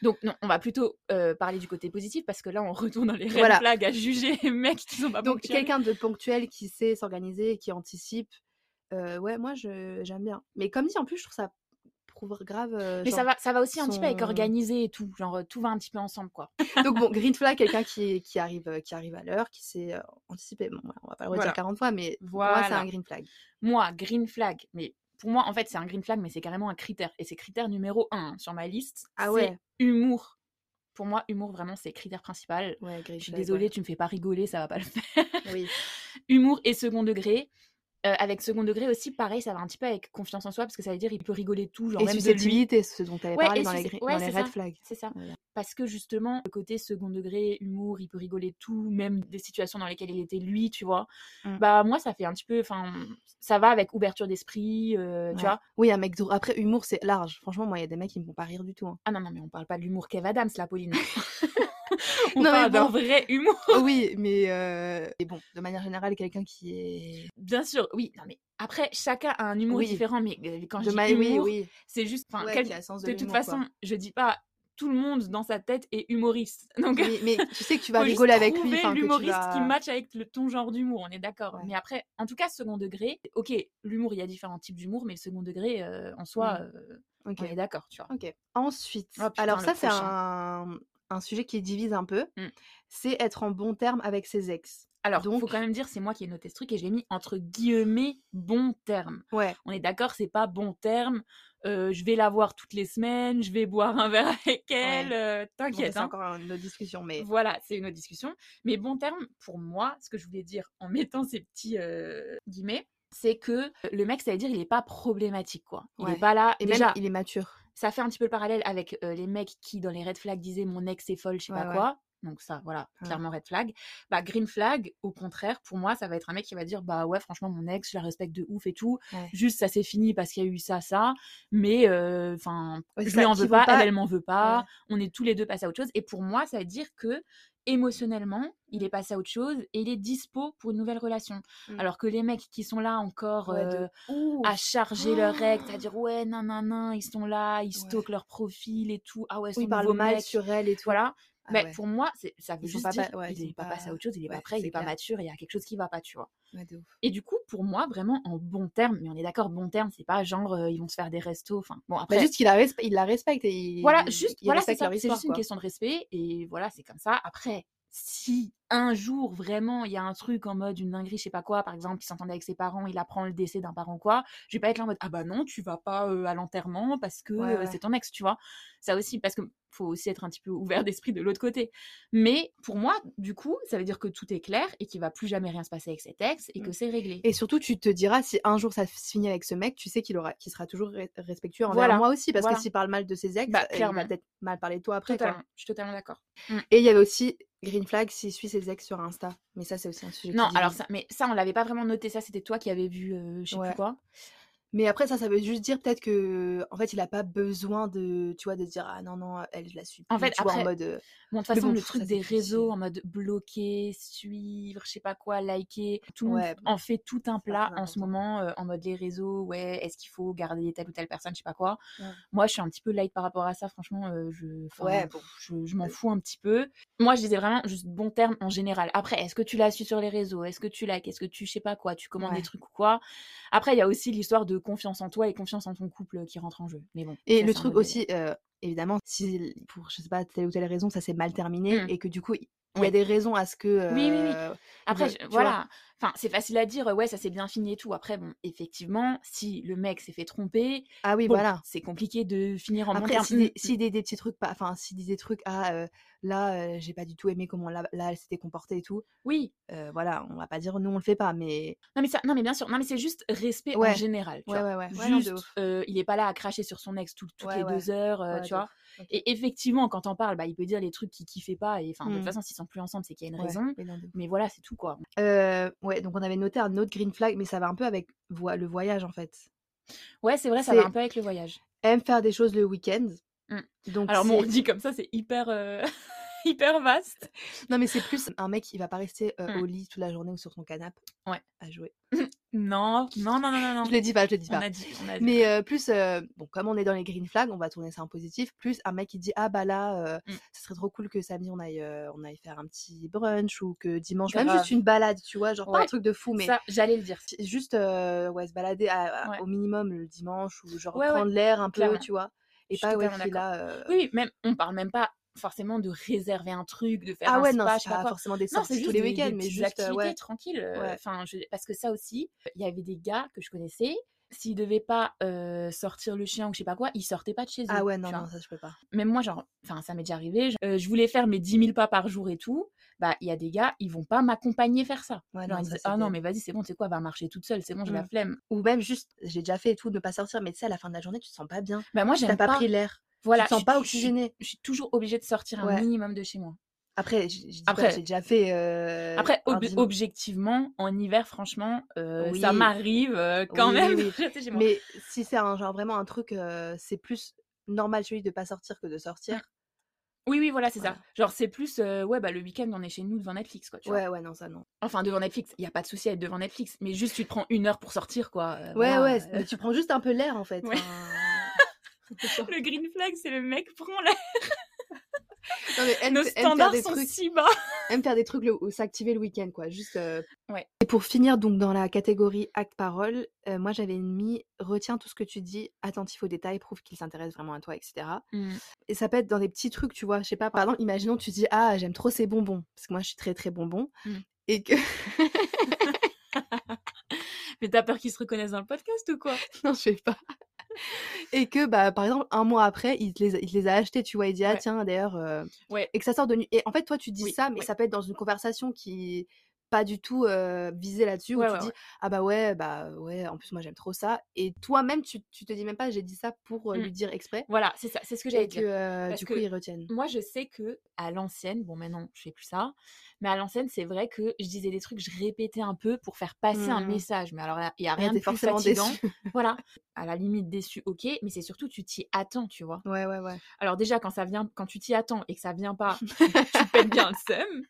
Speaker 2: Donc, non, on va plutôt euh, parler du côté positif parce que là, on retourne dans les red
Speaker 1: Voilà.
Speaker 2: flags à juger [laughs] les mecs qui sont pas
Speaker 1: Donc
Speaker 2: ponctuels.
Speaker 1: quelqu'un de ponctuel qui sait s'organiser et qui anticipe euh, ouais moi je j'aime bien. Mais comme dit en plus je trouve ça prouve grave euh,
Speaker 2: Mais ça
Speaker 1: genre-
Speaker 2: va, ça va aussi un petit peu avec
Speaker 1: son-
Speaker 2: organiser et tout. Genre, euh, tout va un petit peu ensemble, quoi.
Speaker 1: Donc
Speaker 2: [laughs]
Speaker 1: bon green flag quelqu'un qui est- qui arrive euh, qui arrive à l'heure, qui sait euh, anticiper. Bon voilà, on va pas le redire
Speaker 2: Voilà.
Speaker 1: 40 fois mais pour moi c'est
Speaker 2: Voilà.
Speaker 1: un green flag.
Speaker 2: Moi, green flag, mais pour moi, en fait, c'est un green flag, mais c'est carrément un critère. Et c'est critère numéro un hein, sur ma liste.
Speaker 1: Ah
Speaker 2: c'est
Speaker 1: ouais.
Speaker 2: Humour. Pour moi, humour, vraiment, c'est critère principal.
Speaker 1: Ouais, green
Speaker 2: Je suis
Speaker 1: flag, ouais.
Speaker 2: désolée, tu me fais pas rigoler, ça va pas le faire. [laughs]
Speaker 1: Oui.
Speaker 2: humour et second degré. Euh, avec second degré aussi, pareil, ça va un petit peu avec confiance en soi, parce que ça veut dire il peut rigoler de tout, genre
Speaker 1: Et
Speaker 2: même de lui.
Speaker 1: susceptibilité ce dont tu avais
Speaker 2: Ouais,
Speaker 1: parlé
Speaker 2: et
Speaker 1: dans les
Speaker 2: susce-
Speaker 1: gri-
Speaker 2: ouais,
Speaker 1: dans les
Speaker 2: c'est
Speaker 1: red
Speaker 2: ça.
Speaker 1: flags.
Speaker 2: C'est ça.
Speaker 1: Voilà.
Speaker 2: Parce que justement, le côté second degré, humour, il peut rigoler de tout, même des situations dans lesquelles il était lui, tu vois.
Speaker 1: Mm.
Speaker 2: Bah moi, ça fait un petit peu, enfin, ça va avec ouverture d'esprit, euh, tu
Speaker 1: Ouais.
Speaker 2: vois.
Speaker 1: Oui, un mec drôle. Après, humour, c'est large. Franchement, moi, il y a des mecs qui me font pas rire du tout. hein.
Speaker 2: Ah non, non, mais on parle pas de l'humour Kev Adams, là,
Speaker 1: [laughs]
Speaker 2: Pauline. [laughs] on
Speaker 1: Non, mais
Speaker 2: parle d'un
Speaker 1: bon.
Speaker 2: vrai humour. [laughs]
Speaker 1: Oh oui, mais, euh, mais bon, de manière générale, quelqu'un qui est.
Speaker 2: Bien sûr, oui. Non, mais après, chacun a un humour
Speaker 1: Oui.
Speaker 2: différent, mais euh, quand
Speaker 1: de
Speaker 2: je dis
Speaker 1: ma- Oui,
Speaker 2: humour,
Speaker 1: oui.
Speaker 2: c'est juste, enfin,
Speaker 1: Ouais,
Speaker 2: quel-
Speaker 1: qui a le sens de,
Speaker 2: de toute
Speaker 1: l'humour, quoi.
Speaker 2: façon, je dis pas tout le monde dans sa tête est humoriste. [laughs] Donc,
Speaker 1: Oui, mais tu sais que
Speaker 2: [laughs]
Speaker 1: tu vas
Speaker 2: faut juste
Speaker 1: rigoler Bah, avec lui.
Speaker 2: trouver
Speaker 1: enfin, que tu
Speaker 2: l'humoriste qui
Speaker 1: vas-
Speaker 2: match avec le, ton genre d'humour, on est d'accord.
Speaker 1: Ouais.
Speaker 2: Mais après, en tout cas, second degré, ok, l'humour, il y a différents types d'humour, mais le second degré, euh, en
Speaker 1: Mmh.
Speaker 2: soi, euh,
Speaker 1: Ok.
Speaker 2: on est d'accord, tu vois.
Speaker 1: ok. Ensuite,
Speaker 2: Oh, putain,
Speaker 1: alors
Speaker 2: le
Speaker 1: ça, c'est
Speaker 2: prochain.
Speaker 1: un... un sujet qui divise un peu.
Speaker 2: Mm.
Speaker 1: C'est être en bon terme avec ses ex.
Speaker 2: Alors,
Speaker 1: Donc,
Speaker 2: faut quand même dire, c'est moi qui ai noté ce truc et je l'ai mis entre guillemets bon terme.
Speaker 1: ouais.
Speaker 2: On est d'accord, c'est pas bon terme. euh, je vais la voir toutes les semaines, je vais boire un verre [laughs] avec elle. euh,
Speaker 1: Bon, ça,
Speaker 2: T'inquiète,
Speaker 1: c'est
Speaker 2: hein.
Speaker 1: encore une autre discussion, mais.
Speaker 2: Voilà, c'est une autre discussion. Mais bon terme, pour moi, ce que je voulais dire en [laughs] mettant ces petits euh, guillemets, c'est que le mec, ça veut dire, il n'est pas problématique, quoi. Il n'est
Speaker 1: Ouais.
Speaker 2: pas là.
Speaker 1: Et
Speaker 2: déjà,
Speaker 1: même, il est mature.
Speaker 2: ça fait un petit peu le parallèle avec euh, les mecs qui, dans les red flags, disaient mon ex est folle, je sais
Speaker 1: Ouais,
Speaker 2: pas
Speaker 1: ouais.
Speaker 2: quoi. Donc ça, voilà,
Speaker 1: Ouais.
Speaker 2: clairement red flag. Bah green flag, au contraire, pour moi, ça va être un mec qui va dire bah ouais, franchement mon ex, je la respecte de ouf et tout.
Speaker 1: Ouais.
Speaker 2: Juste ça s'est fini parce qu'il y a eu ça, ça. Mais enfin,
Speaker 1: Ouais, c'est
Speaker 2: je lui
Speaker 1: ça,
Speaker 2: en
Speaker 1: qui
Speaker 2: veux
Speaker 1: veut
Speaker 2: pas,
Speaker 1: pas-
Speaker 2: elle, elle m'en veut pas.
Speaker 1: Ouais.
Speaker 2: On est tous les deux passés à autre chose. Et pour moi, ça veut dire que émotionnellement, il est passé à autre chose et il est dispo pour une nouvelle relation.
Speaker 1: Mm.
Speaker 2: Alors que les mecs qui sont là encore
Speaker 1: Ouais, de
Speaker 2: euh,
Speaker 1: ouf.
Speaker 2: à charger leur ex,
Speaker 1: Oh.
Speaker 2: à dire ouais nan nan nan, ils sont là, ils
Speaker 1: Ouais.
Speaker 2: stockent leur profil et tout. Ah ouais,
Speaker 1: Oui,
Speaker 2: son
Speaker 1: il parle
Speaker 2: nouveau
Speaker 1: mal
Speaker 2: mec.
Speaker 1: sur elle et tout.
Speaker 2: Voilà.
Speaker 1: Ah
Speaker 2: mais
Speaker 1: ouais.
Speaker 2: pour moi, c'est- ça veut
Speaker 1: Ils sont
Speaker 2: juste
Speaker 1: pas
Speaker 2: dire
Speaker 1: pa- ouais, ils
Speaker 2: il
Speaker 1: sont
Speaker 2: n'est pas, passé à
Speaker 1: pas-
Speaker 2: autre chose, il n'est
Speaker 1: ouais,
Speaker 2: pas prêt, il
Speaker 1: c'est
Speaker 2: n'est pas
Speaker 1: clair.
Speaker 2: mature, il y a quelque chose qui va pas, tu vois.
Speaker 1: Ouais, de ouf.
Speaker 2: Et du coup, pour moi, vraiment en bon terme, mais on est d'accord, bon terme, c'est pas genre euh, ils vont se faire des restos, enfin bon
Speaker 1: Bah,
Speaker 2: après.
Speaker 1: juste qu'il la, respe- il la respecte et il,
Speaker 2: voilà, juste
Speaker 1: il
Speaker 2: voilà, c'est
Speaker 1: respecte
Speaker 2: ça,
Speaker 1: leur
Speaker 2: c'est
Speaker 1: histoire.
Speaker 2: juste une
Speaker 1: quoi.
Speaker 2: question de respect et voilà, c'est comme ça. Après, si un jour vraiment il y a un truc en mode une dinguerie, je sais pas quoi, par exemple, qui s'entendait avec ses parents, il apprend le décès d'un parent ou quoi, je vais pas être là en mode ah bah non, tu vas pas euh, à l'enterrement parce que
Speaker 1: Ouais,
Speaker 2: euh,
Speaker 1: ouais.
Speaker 2: c'est ton ex, tu vois. Ça aussi parce que faut aussi être un petit peu ouvert [laughs] d'esprit de l'autre côté. Mais pour moi, du coup, ça veut dire que tout est clair et qu'il va plus jamais rien se passer avec cet ex et
Speaker 1: Mm.
Speaker 2: que c'est réglé.
Speaker 1: Et surtout, tu te diras, si un jour ça se finit avec ce mec, tu sais qu'il aura, qu'il sera toujours re- respectueux envers
Speaker 2: Voilà,
Speaker 1: moi aussi, parce
Speaker 2: voilà.
Speaker 1: que s'il parle mal de ses ex,
Speaker 2: Bah,
Speaker 1: euh, il
Speaker 2: clairement.
Speaker 1: va peut-être mal parler de toi après. quoi.
Speaker 2: Totalement, je suis totalement d'accord.
Speaker 1: Et il y avait aussi Green Flag s'il suit ses ex sur Insta. Mais ça, c'est aussi un sujet. qui
Speaker 2: Non, alors
Speaker 1: divise.
Speaker 2: ça, mais ça, on l'avait pas vraiment noté. Ça, c'était toi qui avais vu, euh, je sais
Speaker 1: Ouais.
Speaker 2: plus quoi.
Speaker 1: Mais après, ça, ça veut juste dire peut-être que, en fait, il a pas besoin de, tu vois, de se dire, ah non, non, elle, je la suis plus.
Speaker 2: En fait,
Speaker 1: tu vois, en
Speaker 2: après-
Speaker 1: mode. euh,
Speaker 2: Bon, de toute
Speaker 1: Mais
Speaker 2: façon,
Speaker 1: bon,
Speaker 2: le
Speaker 1: pff,
Speaker 2: truc
Speaker 1: ça, c'est
Speaker 2: des
Speaker 1: cliché.
Speaker 2: réseaux en mode bloquer, suivre, je sais pas quoi, liker, tout le
Speaker 1: Ouais,
Speaker 2: monde en fait tout un
Speaker 1: pas
Speaker 2: plat
Speaker 1: très
Speaker 2: en ce
Speaker 1: important.
Speaker 2: moment, euh, en mode les réseaux, ouais, est-ce qu'il faut garder telle ou telle personne, je sais pas quoi.
Speaker 1: Ouais.
Speaker 2: Moi, je suis un petit peu light par rapport à ça, franchement, euh, je, enfin,
Speaker 1: Ouais, bon. Bah
Speaker 2: pff, je, je m'en fous un petit peu. Moi, je disais vraiment juste bon terme en général. Après, est-ce que tu la suis sur les réseaux Est-ce que tu likes Est-ce que tu, je sais pas quoi, tu commandes
Speaker 1: Ouais.
Speaker 2: des trucs ou quoi Après, il y a aussi l'histoire de confiance en toi et confiance en ton couple qui rentre en jeu. Mais bon.
Speaker 1: Et le
Speaker 2: ça, c'est un
Speaker 1: truc
Speaker 2: autre
Speaker 1: aussi,
Speaker 2: délire.
Speaker 1: euh, évidemment, si l- pour je sais pas telle ou telle raison, ça s'est mal terminé
Speaker 2: Mm.
Speaker 1: et que du coup, il y a
Speaker 2: Oui.
Speaker 1: des raisons à ce que.
Speaker 2: Oui, oui, oui.
Speaker 1: euh,
Speaker 2: Après,
Speaker 1: Ouais,
Speaker 2: je-
Speaker 1: tu vois.
Speaker 2: voilà. Enfin, c'est facile à dire, ouais, ça s'est bien fini et tout. Après, bon, effectivement, si le mec s'est fait tromper,
Speaker 1: Ah oui,
Speaker 2: bon,
Speaker 1: voilà.
Speaker 2: c'est compliqué de finir en bon
Speaker 1: Après,
Speaker 2: terme.
Speaker 1: si
Speaker 2: Mm,
Speaker 1: des, si des, des petits trucs, pas- enfin, si des, des trucs, ah euh, là, euh, j'ai pas du tout aimé comment là, là elle s'était comportée et tout,
Speaker 2: Oui.
Speaker 1: euh, voilà, on va pas dire nous on le fait pas, mais.
Speaker 2: Non mais, ça, non, mais bien sûr. Non, mais c'est juste respect en
Speaker 1: Ouais.
Speaker 2: général. Tu
Speaker 1: Ouais,
Speaker 2: vois.
Speaker 1: ouais, ouais. Ouais, non, de
Speaker 2: Juste,
Speaker 1: ouf.
Speaker 2: euh, il est pas là à cracher sur son ex tout- toutes
Speaker 1: Ouais,
Speaker 2: les
Speaker 1: ouais.
Speaker 2: deux heures, euh,
Speaker 1: Ouais,
Speaker 2: tu
Speaker 1: de
Speaker 2: vois.
Speaker 1: ouf. Ok.
Speaker 2: Et effectivement, quand on parle, bah, il peut dire les trucs qu'il kiffait pas. Et enfin, de toute
Speaker 1: Mm.
Speaker 2: façon, s'ils sont plus ensemble, c'est qu'il y a une
Speaker 1: Ouais,
Speaker 2: raison.
Speaker 1: mais non, de ouf.
Speaker 2: Mais voilà, c'est tout, quoi.
Speaker 1: Euh, ouais, donc on avait noté un autre green flag, mais ça va un peu avec voi- le voyage en fait.
Speaker 2: Ouais, c'est vrai, ça va
Speaker 1: C'est-
Speaker 2: un peu avec le voyage.
Speaker 1: Aime faire des choses le week-end.
Speaker 2: Mm.
Speaker 1: Donc
Speaker 2: Alors,
Speaker 1: c'est- [laughs]
Speaker 2: bon, dit comme ça, c'est hyper, euh, [laughs] hyper vaste.
Speaker 1: Non, mais c'est plus un mec, il va pas rester euh,
Speaker 2: Mm.
Speaker 1: au lit toute la journée ou sur son canapé
Speaker 2: Ouais.
Speaker 1: à jouer. Ah
Speaker 2: Non, non, non, non, non, non.
Speaker 1: Je le dis pas, je le dis
Speaker 2: On
Speaker 1: pas.
Speaker 2: a dit, on a dit.
Speaker 1: Mais euh, plus, euh, bon, comme on est dans les green flags, on va tourner ça en positif. Plus un mec qui dit Ah bah là, euh,
Speaker 2: Mm.
Speaker 1: ça serait trop cool que samedi on aille, euh, on aille faire un petit brunch ou que dimanche, même
Speaker 2: Grave.
Speaker 1: juste une balade, tu vois, genre pas un
Speaker 2: Ouais.
Speaker 1: truc de fou, euh, mais
Speaker 2: Ça, j'allais le dire.
Speaker 1: j- juste euh, ouais, se balader à- à-
Speaker 2: Ouais.
Speaker 1: au minimum le dimanche ou genre
Speaker 2: Ouais, ouais,
Speaker 1: prendre l'air un peu,
Speaker 2: clairement.
Speaker 1: tu vois. Et
Speaker 2: Je suis
Speaker 1: pas, ouais,
Speaker 2: totalement
Speaker 1: qu'il là. euh,
Speaker 2: Oui, oui, même, on parle même pas forcément de réserver un truc, de faire
Speaker 1: Ah
Speaker 2: un
Speaker 1: ouais, non,
Speaker 2: spa, je
Speaker 1: c'est
Speaker 2: sais pas
Speaker 1: pas
Speaker 2: quoi.
Speaker 1: forcément des
Speaker 2: Non, c'est
Speaker 1: sorties tous les
Speaker 2: juste des, des
Speaker 1: week-ends, mais
Speaker 2: petites
Speaker 1: juste, euh,
Speaker 2: activités
Speaker 1: ouais.
Speaker 2: tranquilles. euh,
Speaker 1: Ouais.
Speaker 2: Enfin, je- parce que ça aussi, il y avait des gars que je connaissais, s'ils devaient pas euh, sortir le chien ou je sais pas quoi, ils sortaient pas de chez eux.
Speaker 1: Ah ouais,
Speaker 2: tu
Speaker 1: non,
Speaker 2: vois.
Speaker 1: non, ça je peux pas.
Speaker 2: Même moi, genre, enfin, ça m'est déjà arrivé. je- euh, je voulais faire mes 10 000 pas par jour et tout. Bah, il y a des gars, ils vont pas m'accompagner faire ça.
Speaker 1: Ouais,
Speaker 2: Genre,
Speaker 1: non,
Speaker 2: ils
Speaker 1: ça,
Speaker 2: disaient,
Speaker 1: c'est
Speaker 2: ah non,
Speaker 1: dead.
Speaker 2: mais vas-y, c'est bon, tu sais quoi, va marcher toute seule, c'est bon, j'ai la
Speaker 1: Mm.
Speaker 2: flemme.
Speaker 1: ou même juste j'ai déjà fait et tout ne pas sortir mais tu sais à la fin de la journée tu te sens pas bien
Speaker 2: Bah, moi,
Speaker 1: t'as
Speaker 2: j'aime
Speaker 1: pas,
Speaker 2: pas.
Speaker 1: pris l'air
Speaker 2: Voilà,
Speaker 1: tu te sens
Speaker 2: je-
Speaker 1: pas
Speaker 2: je- je-
Speaker 1: oxygéné
Speaker 2: je suis toujours obligée de sortir un
Speaker 1: Ouais.
Speaker 2: minimum de chez moi.
Speaker 1: après je, je dis pas,
Speaker 2: Après-
Speaker 1: j'ai déjà fait euh,
Speaker 2: Après,
Speaker 1: un
Speaker 2: ob-
Speaker 1: dim-
Speaker 2: objectivement, en hiver, franchement, euh, ça
Speaker 1: Oui.
Speaker 2: m'arrive euh,
Speaker 1: Oui, oui,
Speaker 2: quand [laughs] même.
Speaker 1: oui.
Speaker 2: de rester chez moi.
Speaker 1: mais si c'est un genre vraiment un truc euh, c'est plus normal celui de pas sortir que de sortir
Speaker 2: Oui, oui, voilà, c'est ça.
Speaker 1: Voilà.
Speaker 2: Genre, c'est plus, euh, ouais, bah le week-end, on est chez nous devant Netflix, quoi. Tu vois.
Speaker 1: ouais ouais non ça non
Speaker 2: Enfin, devant Netflix, il y a pas de souci à être devant Netflix, mais juste tu te prends une heure pour sortir, quoi. euh,
Speaker 1: ouais
Speaker 2: voilà,
Speaker 1: ouais
Speaker 2: euh.
Speaker 1: mais tu prends juste un peu l'air en fait
Speaker 2: Ouais. [laughs]
Speaker 1: enfin.
Speaker 2: Le green flag, c'est le mec prend la...
Speaker 1: non mais aime,
Speaker 2: Nos
Speaker 1: aime faire
Speaker 2: standards
Speaker 1: des
Speaker 2: sont
Speaker 1: trucs
Speaker 2: si bas.
Speaker 1: aime faire des trucs le- ou s'activer le week-end, quoi. Juste. euh.
Speaker 2: Ouais.
Speaker 1: Et pour finir, donc, dans la catégorie acte-parole, euh, moi, j'avais mis retiens tout ce que tu dis, attentif aux détails, prouve qu'il s'intéresse vraiment à toi, etc.
Speaker 2: Mmh.
Speaker 1: Et ça peut être dans des petits trucs, tu vois. Je sais pas, par exemple, imaginons, tu dis Ah, j'aime trop ces bonbons, parce que moi, je suis très, très bonbon.
Speaker 2: Mm.
Speaker 1: Et que. [laughs]
Speaker 2: Mais t'as peur qu'ils se reconnaissent dans le podcast ou quoi
Speaker 1: non, je sais pas. [laughs] Et que, bah, par exemple, un mois après, il te les, a- il te les a achetés, tu vois. Il dit Ah,
Speaker 2: Ouais.
Speaker 1: tiens, d'ailleurs. euh,
Speaker 2: Ouais.
Speaker 1: Et que ça sort de nuit. Et en fait, toi, tu dis
Speaker 2: Oui,
Speaker 1: ça, mais
Speaker 2: oui.
Speaker 1: ça peut être dans une conversation qui. pas du tout euh, visé là-dessus, où
Speaker 2: Ouais,
Speaker 1: tu
Speaker 2: ouais,
Speaker 1: dis
Speaker 2: ouais.
Speaker 1: Ah bah ouais, bah ouais, en plus moi j'aime trop ça. Et toi-même, tu, tu te dis même pas J'ai dit ça pour euh, lui
Speaker 2: Mm.
Speaker 1: dire exprès.
Speaker 2: Voilà, c'est ça, c'est ce que
Speaker 1: Et
Speaker 2: j'allais
Speaker 1: que
Speaker 2: dire.
Speaker 1: euh,
Speaker 2: parce
Speaker 1: du coup,
Speaker 2: que-
Speaker 1: ils retiennent.
Speaker 2: Moi, je sais que à l'ancienne, bon maintenant, je sais plus ça, mais à l'ancienne, c'est vrai que je disais des trucs, je répétais un peu pour faire passer un
Speaker 1: Mm.
Speaker 2: message. Mais alors, là, il y a
Speaker 1: Ah,
Speaker 2: rien de
Speaker 1: t'es
Speaker 2: plus
Speaker 1: forcément
Speaker 2: fatigant.
Speaker 1: déçue.
Speaker 2: Voilà, à la limite déçu, ok, mais c'est surtout tu t'y attends, tu vois.
Speaker 1: ouais, ouais, ouais.
Speaker 2: Alors déjà, quand ça vient, quand tu t'y attends et que ça vient
Speaker 1: [laughs]
Speaker 2: pas, tu te pètes bien le seum.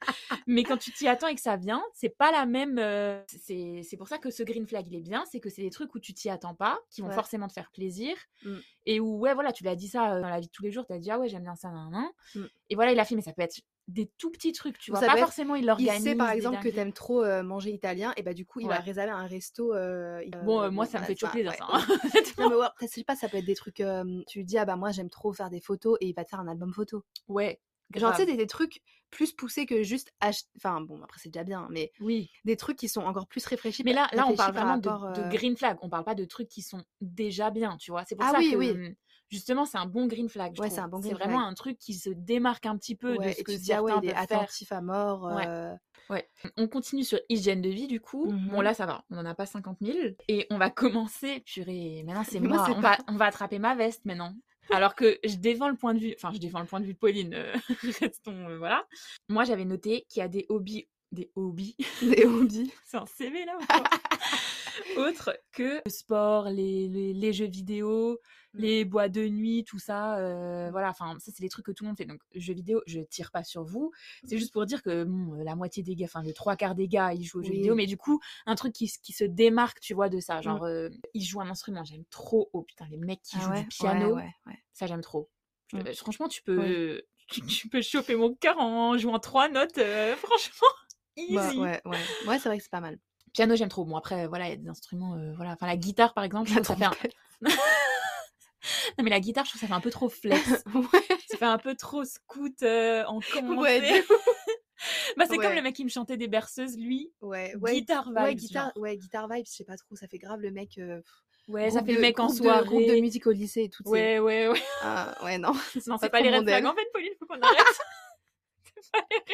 Speaker 2: Mais quand tu t'y attends et que ça vient, c'est pas la même. euh, C'est c'est pour ça que ce green flag il est bien, c'est que c'est des trucs où tu t'y attends pas, qui vont
Speaker 1: Ouais.
Speaker 2: forcément te faire plaisir,
Speaker 1: Mm.
Speaker 2: et où ouais voilà, tu l'as dit ça euh, dans la vie de tous les jours, t'as dit ah ouais j'aime bien ça, nan, nan.
Speaker 1: Mm.
Speaker 2: et voilà il a fait, mais ça peut être des tout petits trucs, tu
Speaker 1: Ou
Speaker 2: vois,
Speaker 1: ça
Speaker 2: pas
Speaker 1: peut être,
Speaker 2: forcément il
Speaker 1: Il
Speaker 2: l'organise.
Speaker 1: sait par
Speaker 2: des
Speaker 1: exemple que
Speaker 2: dingueries.
Speaker 1: t'aimes trop euh, manger italien, et bah du coup, il va
Speaker 2: Ouais.
Speaker 1: réserver un resto. euh, il-
Speaker 2: Bon,
Speaker 1: euh,
Speaker 2: euh, moi ça me
Speaker 1: bah,
Speaker 2: fait toujours plaisir
Speaker 1: ouais, ouais.
Speaker 2: ça.
Speaker 1: [laughs]
Speaker 2: hein, honnêtement.
Speaker 1: Non,
Speaker 2: [laughs]
Speaker 1: mais ouais, après, je sais pas, ça peut être des trucs. euh, tu lui dis, ah bah moi j'aime trop faire des photos et il va te faire un album photo.
Speaker 2: Ouais,
Speaker 1: Genre, tu sais,
Speaker 2: grave.
Speaker 1: des, des trucs plus poussés que juste acheter. Enfin, bon, après c'est déjà bien, hein, mais
Speaker 2: Oui.
Speaker 1: des trucs qui sont encore plus réfléchis.
Speaker 2: Mais là, là, on
Speaker 1: réfléchis
Speaker 2: parle
Speaker 1: par
Speaker 2: vraiment de,
Speaker 1: rapport,
Speaker 2: de
Speaker 1: euh,
Speaker 2: green flag. On parle pas de trucs qui sont déjà bien, tu vois. C'est pour
Speaker 1: Ah
Speaker 2: ça
Speaker 1: oui,
Speaker 2: que
Speaker 1: oui.
Speaker 2: hum, justement, c'est un bon green flag, je
Speaker 1: Ouais, c'est
Speaker 2: trouve.
Speaker 1: un bon
Speaker 2: C'est
Speaker 1: green
Speaker 2: vraiment
Speaker 1: flag.
Speaker 2: un truc qui se démarque un petit peu de
Speaker 1: Ouais,
Speaker 2: ce
Speaker 1: et
Speaker 2: que
Speaker 1: tu te dis, ah ouais,
Speaker 2: certains
Speaker 1: il est
Speaker 2: peuvent faire.
Speaker 1: attentif à mort.
Speaker 2: Ouais.
Speaker 1: euh,
Speaker 2: Ouais. On continue sur hygiène de vie, du coup. Bon,
Speaker 1: mhm.
Speaker 2: là, ça va. On n'en a pas 50 000. Et on va [laughs] commencer. Purée, maintenant, c'est
Speaker 1: Moi,
Speaker 2: moi.
Speaker 1: c'est
Speaker 2: On va,
Speaker 1: pas.
Speaker 2: on va attraper ma veste, maintenant. Alors que je défends le point de vue. Enfin, je défends le point de vue de Pauline. euh, [laughs] restons, euh, voilà. Moi, j'avais noté qu'il y a des hobbies. Des hobbies.
Speaker 1: [laughs] Des hobbies.
Speaker 2: C'est un CV, là, ou quoi [laughs] autre que le sport, les, les, les jeux vidéo,
Speaker 1: Mm.
Speaker 2: les boîtes de nuit, tout ça. euh,
Speaker 1: Mm.
Speaker 2: voilà, enfin, ça, c'est des trucs que tout le monde fait. Donc, jeux vidéo, je tire pas sur vous. C'est juste pour dire que bon, euh, la moitié des gars, enfin, les trois quarts des gars, ils jouent aux jeux vidéo.
Speaker 1: Oui.
Speaker 2: Mais du coup, un truc qui, s- qui se démarque, tu vois, de ça.
Speaker 1: Mm.
Speaker 2: Genre, euh, ils jouent un instrument. J'aime trop. Oh putain, les mecs qui
Speaker 1: Ah
Speaker 2: jouent
Speaker 1: ouais,
Speaker 2: du
Speaker 1: ouais,
Speaker 2: piano,
Speaker 1: ouais, ouais.
Speaker 2: ça, j'aime trop. Je-
Speaker 1: Mm.
Speaker 2: euh, Franchement, tu peux, [laughs] tu, tu peux choper mon cœur en jouant trois notes. euh, franchement,
Speaker 1: Bah
Speaker 2: easy
Speaker 1: ouais, ouais. Ouais, c'est vrai que c'est pas mal.
Speaker 2: piano j'aime trop bon après voilà il y a des instruments euh, voilà enfin la guitare par exemple je
Speaker 1: [laughs] La
Speaker 2: trouve que [laughs] ça fait un...
Speaker 1: trompette.
Speaker 2: non mais la guitare je trouve que ça fait un peu trop
Speaker 1: [laughs]
Speaker 2: flex [laughs]
Speaker 1: ouais,
Speaker 2: ça fait un peu trop scout euh, en comment
Speaker 1: ouais,
Speaker 2: c'est
Speaker 1: de ouf.
Speaker 2: [laughs] bah c'est comme
Speaker 1: ouais.
Speaker 2: le mec qui me chantait des berceuses lui
Speaker 1: Ouais, ouais,
Speaker 2: guitare vibes
Speaker 1: ouais, guitare,
Speaker 2: genre
Speaker 1: ouais, guitare vibes, je sais pas trop, ça fait grave le mec. euh, pff,
Speaker 2: ouais ça
Speaker 1: groupe
Speaker 2: fait
Speaker 1: de,
Speaker 2: le mec en
Speaker 1: groupe de, groupe de [laughs]
Speaker 2: soirée
Speaker 1: musique au lycée et tout, tu sais.
Speaker 2: ouais ouais ouais
Speaker 1: Ah, ouais, non, [laughs]
Speaker 2: [laughs] non
Speaker 1: c'est
Speaker 2: c'est
Speaker 1: pas
Speaker 2: pas
Speaker 1: trop
Speaker 2: les
Speaker 1: mon
Speaker 2: red flags
Speaker 1: délire.
Speaker 2: en fait Pauline
Speaker 1: [laughs]
Speaker 2: faut qu'on arrête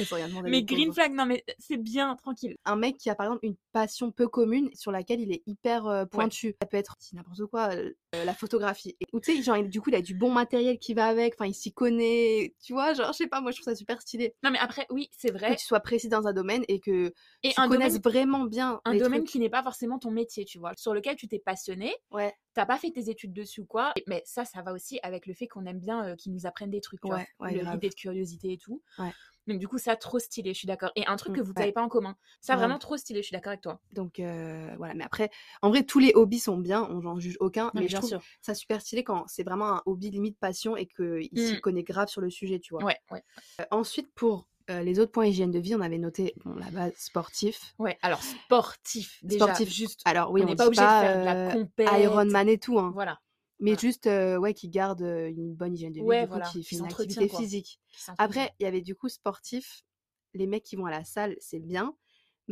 Speaker 1: Ils ont rien demandé,
Speaker 2: hein. mais
Speaker 1: les
Speaker 2: green
Speaker 1: pauvres.
Speaker 2: flag non mais c'est bien tranquille
Speaker 1: Un mec qui a par exemple une passion peu commune sur laquelle il est hyper euh,
Speaker 2: Ouais.
Speaker 1: pointu. Ça peut être dis n'importe quoi, euh, la photographie. Et- Ou tu sais, genre, il- du coup, il a du bon matériel qui va avec, enfin, il s'y connaît, tu vois, genre, je sais pas, moi, je trouve ça super stylé.
Speaker 2: non mais après oui c'est
Speaker 1: Que
Speaker 2: vrai
Speaker 1: tu sois précis dans un domaine et que
Speaker 2: et
Speaker 1: tu
Speaker 2: un domaine
Speaker 1: connaisses vraiment bien
Speaker 2: un
Speaker 1: les
Speaker 2: domaine
Speaker 1: trucs.
Speaker 2: qui n'est pas forcément ton métier, tu vois, sur lequel tu t'es passionné,
Speaker 1: Ouais,
Speaker 2: t'as pas fait tes études dessus ou quoi, et- mais ça, ça va aussi avec le fait qu'on aime bien euh, qu'ils nous apprennent des trucs, tu vois,
Speaker 1: ouais, ouais,
Speaker 2: le-
Speaker 1: grave.
Speaker 2: l'idée de curiosité et tout.
Speaker 1: Ouais.
Speaker 2: Donc du coup, ça, trop stylé, je suis d'accord. Et un truc
Speaker 1: Mm,
Speaker 2: que vous
Speaker 1: ouais.
Speaker 2: n'avez pas en commun, ça,
Speaker 1: Grave.
Speaker 2: vraiment trop stylé, je suis d'accord avec toi.
Speaker 1: Donc euh, voilà, mais après, en vrai, tous les hobbies sont bien, on n'en juge aucun,
Speaker 2: Non, mais
Speaker 1: mais je
Speaker 2: bien
Speaker 1: trouve
Speaker 2: sûr.
Speaker 1: ça super stylé quand c'est vraiment un hobby limite passion et qu'il
Speaker 2: Mm.
Speaker 1: s'y connaît grave sur le sujet, tu vois.
Speaker 2: Ouais, ouais.
Speaker 1: Euh, ensuite, pour euh, les autres points hygiène de vie, on avait noté, bon, la base, sportif.
Speaker 2: Ouais, alors sportif, déjà,
Speaker 1: Sportif,
Speaker 2: juste,
Speaker 1: alors oui,
Speaker 2: on
Speaker 1: on
Speaker 2: n'est
Speaker 1: dit
Speaker 2: pas obligé de
Speaker 1: pas
Speaker 2: faire de la
Speaker 1: euh,
Speaker 2: compète.
Speaker 1: Ironman et tout, hein,
Speaker 2: Voilà,
Speaker 1: mais
Speaker 2: voilà.
Speaker 1: juste, euh, ouais, qui garde euh, une bonne hygiène de vie,
Speaker 2: Ouais,
Speaker 1: du coup,
Speaker 2: voilà,
Speaker 1: qui
Speaker 2: qui
Speaker 1: fait une
Speaker 2: s'entretient,
Speaker 1: activité
Speaker 2: quoi.
Speaker 1: physique.
Speaker 2: qui s'entretient.
Speaker 1: Après, il y avait du coup sportif, les mecs qui vont à la salle, c'est bien.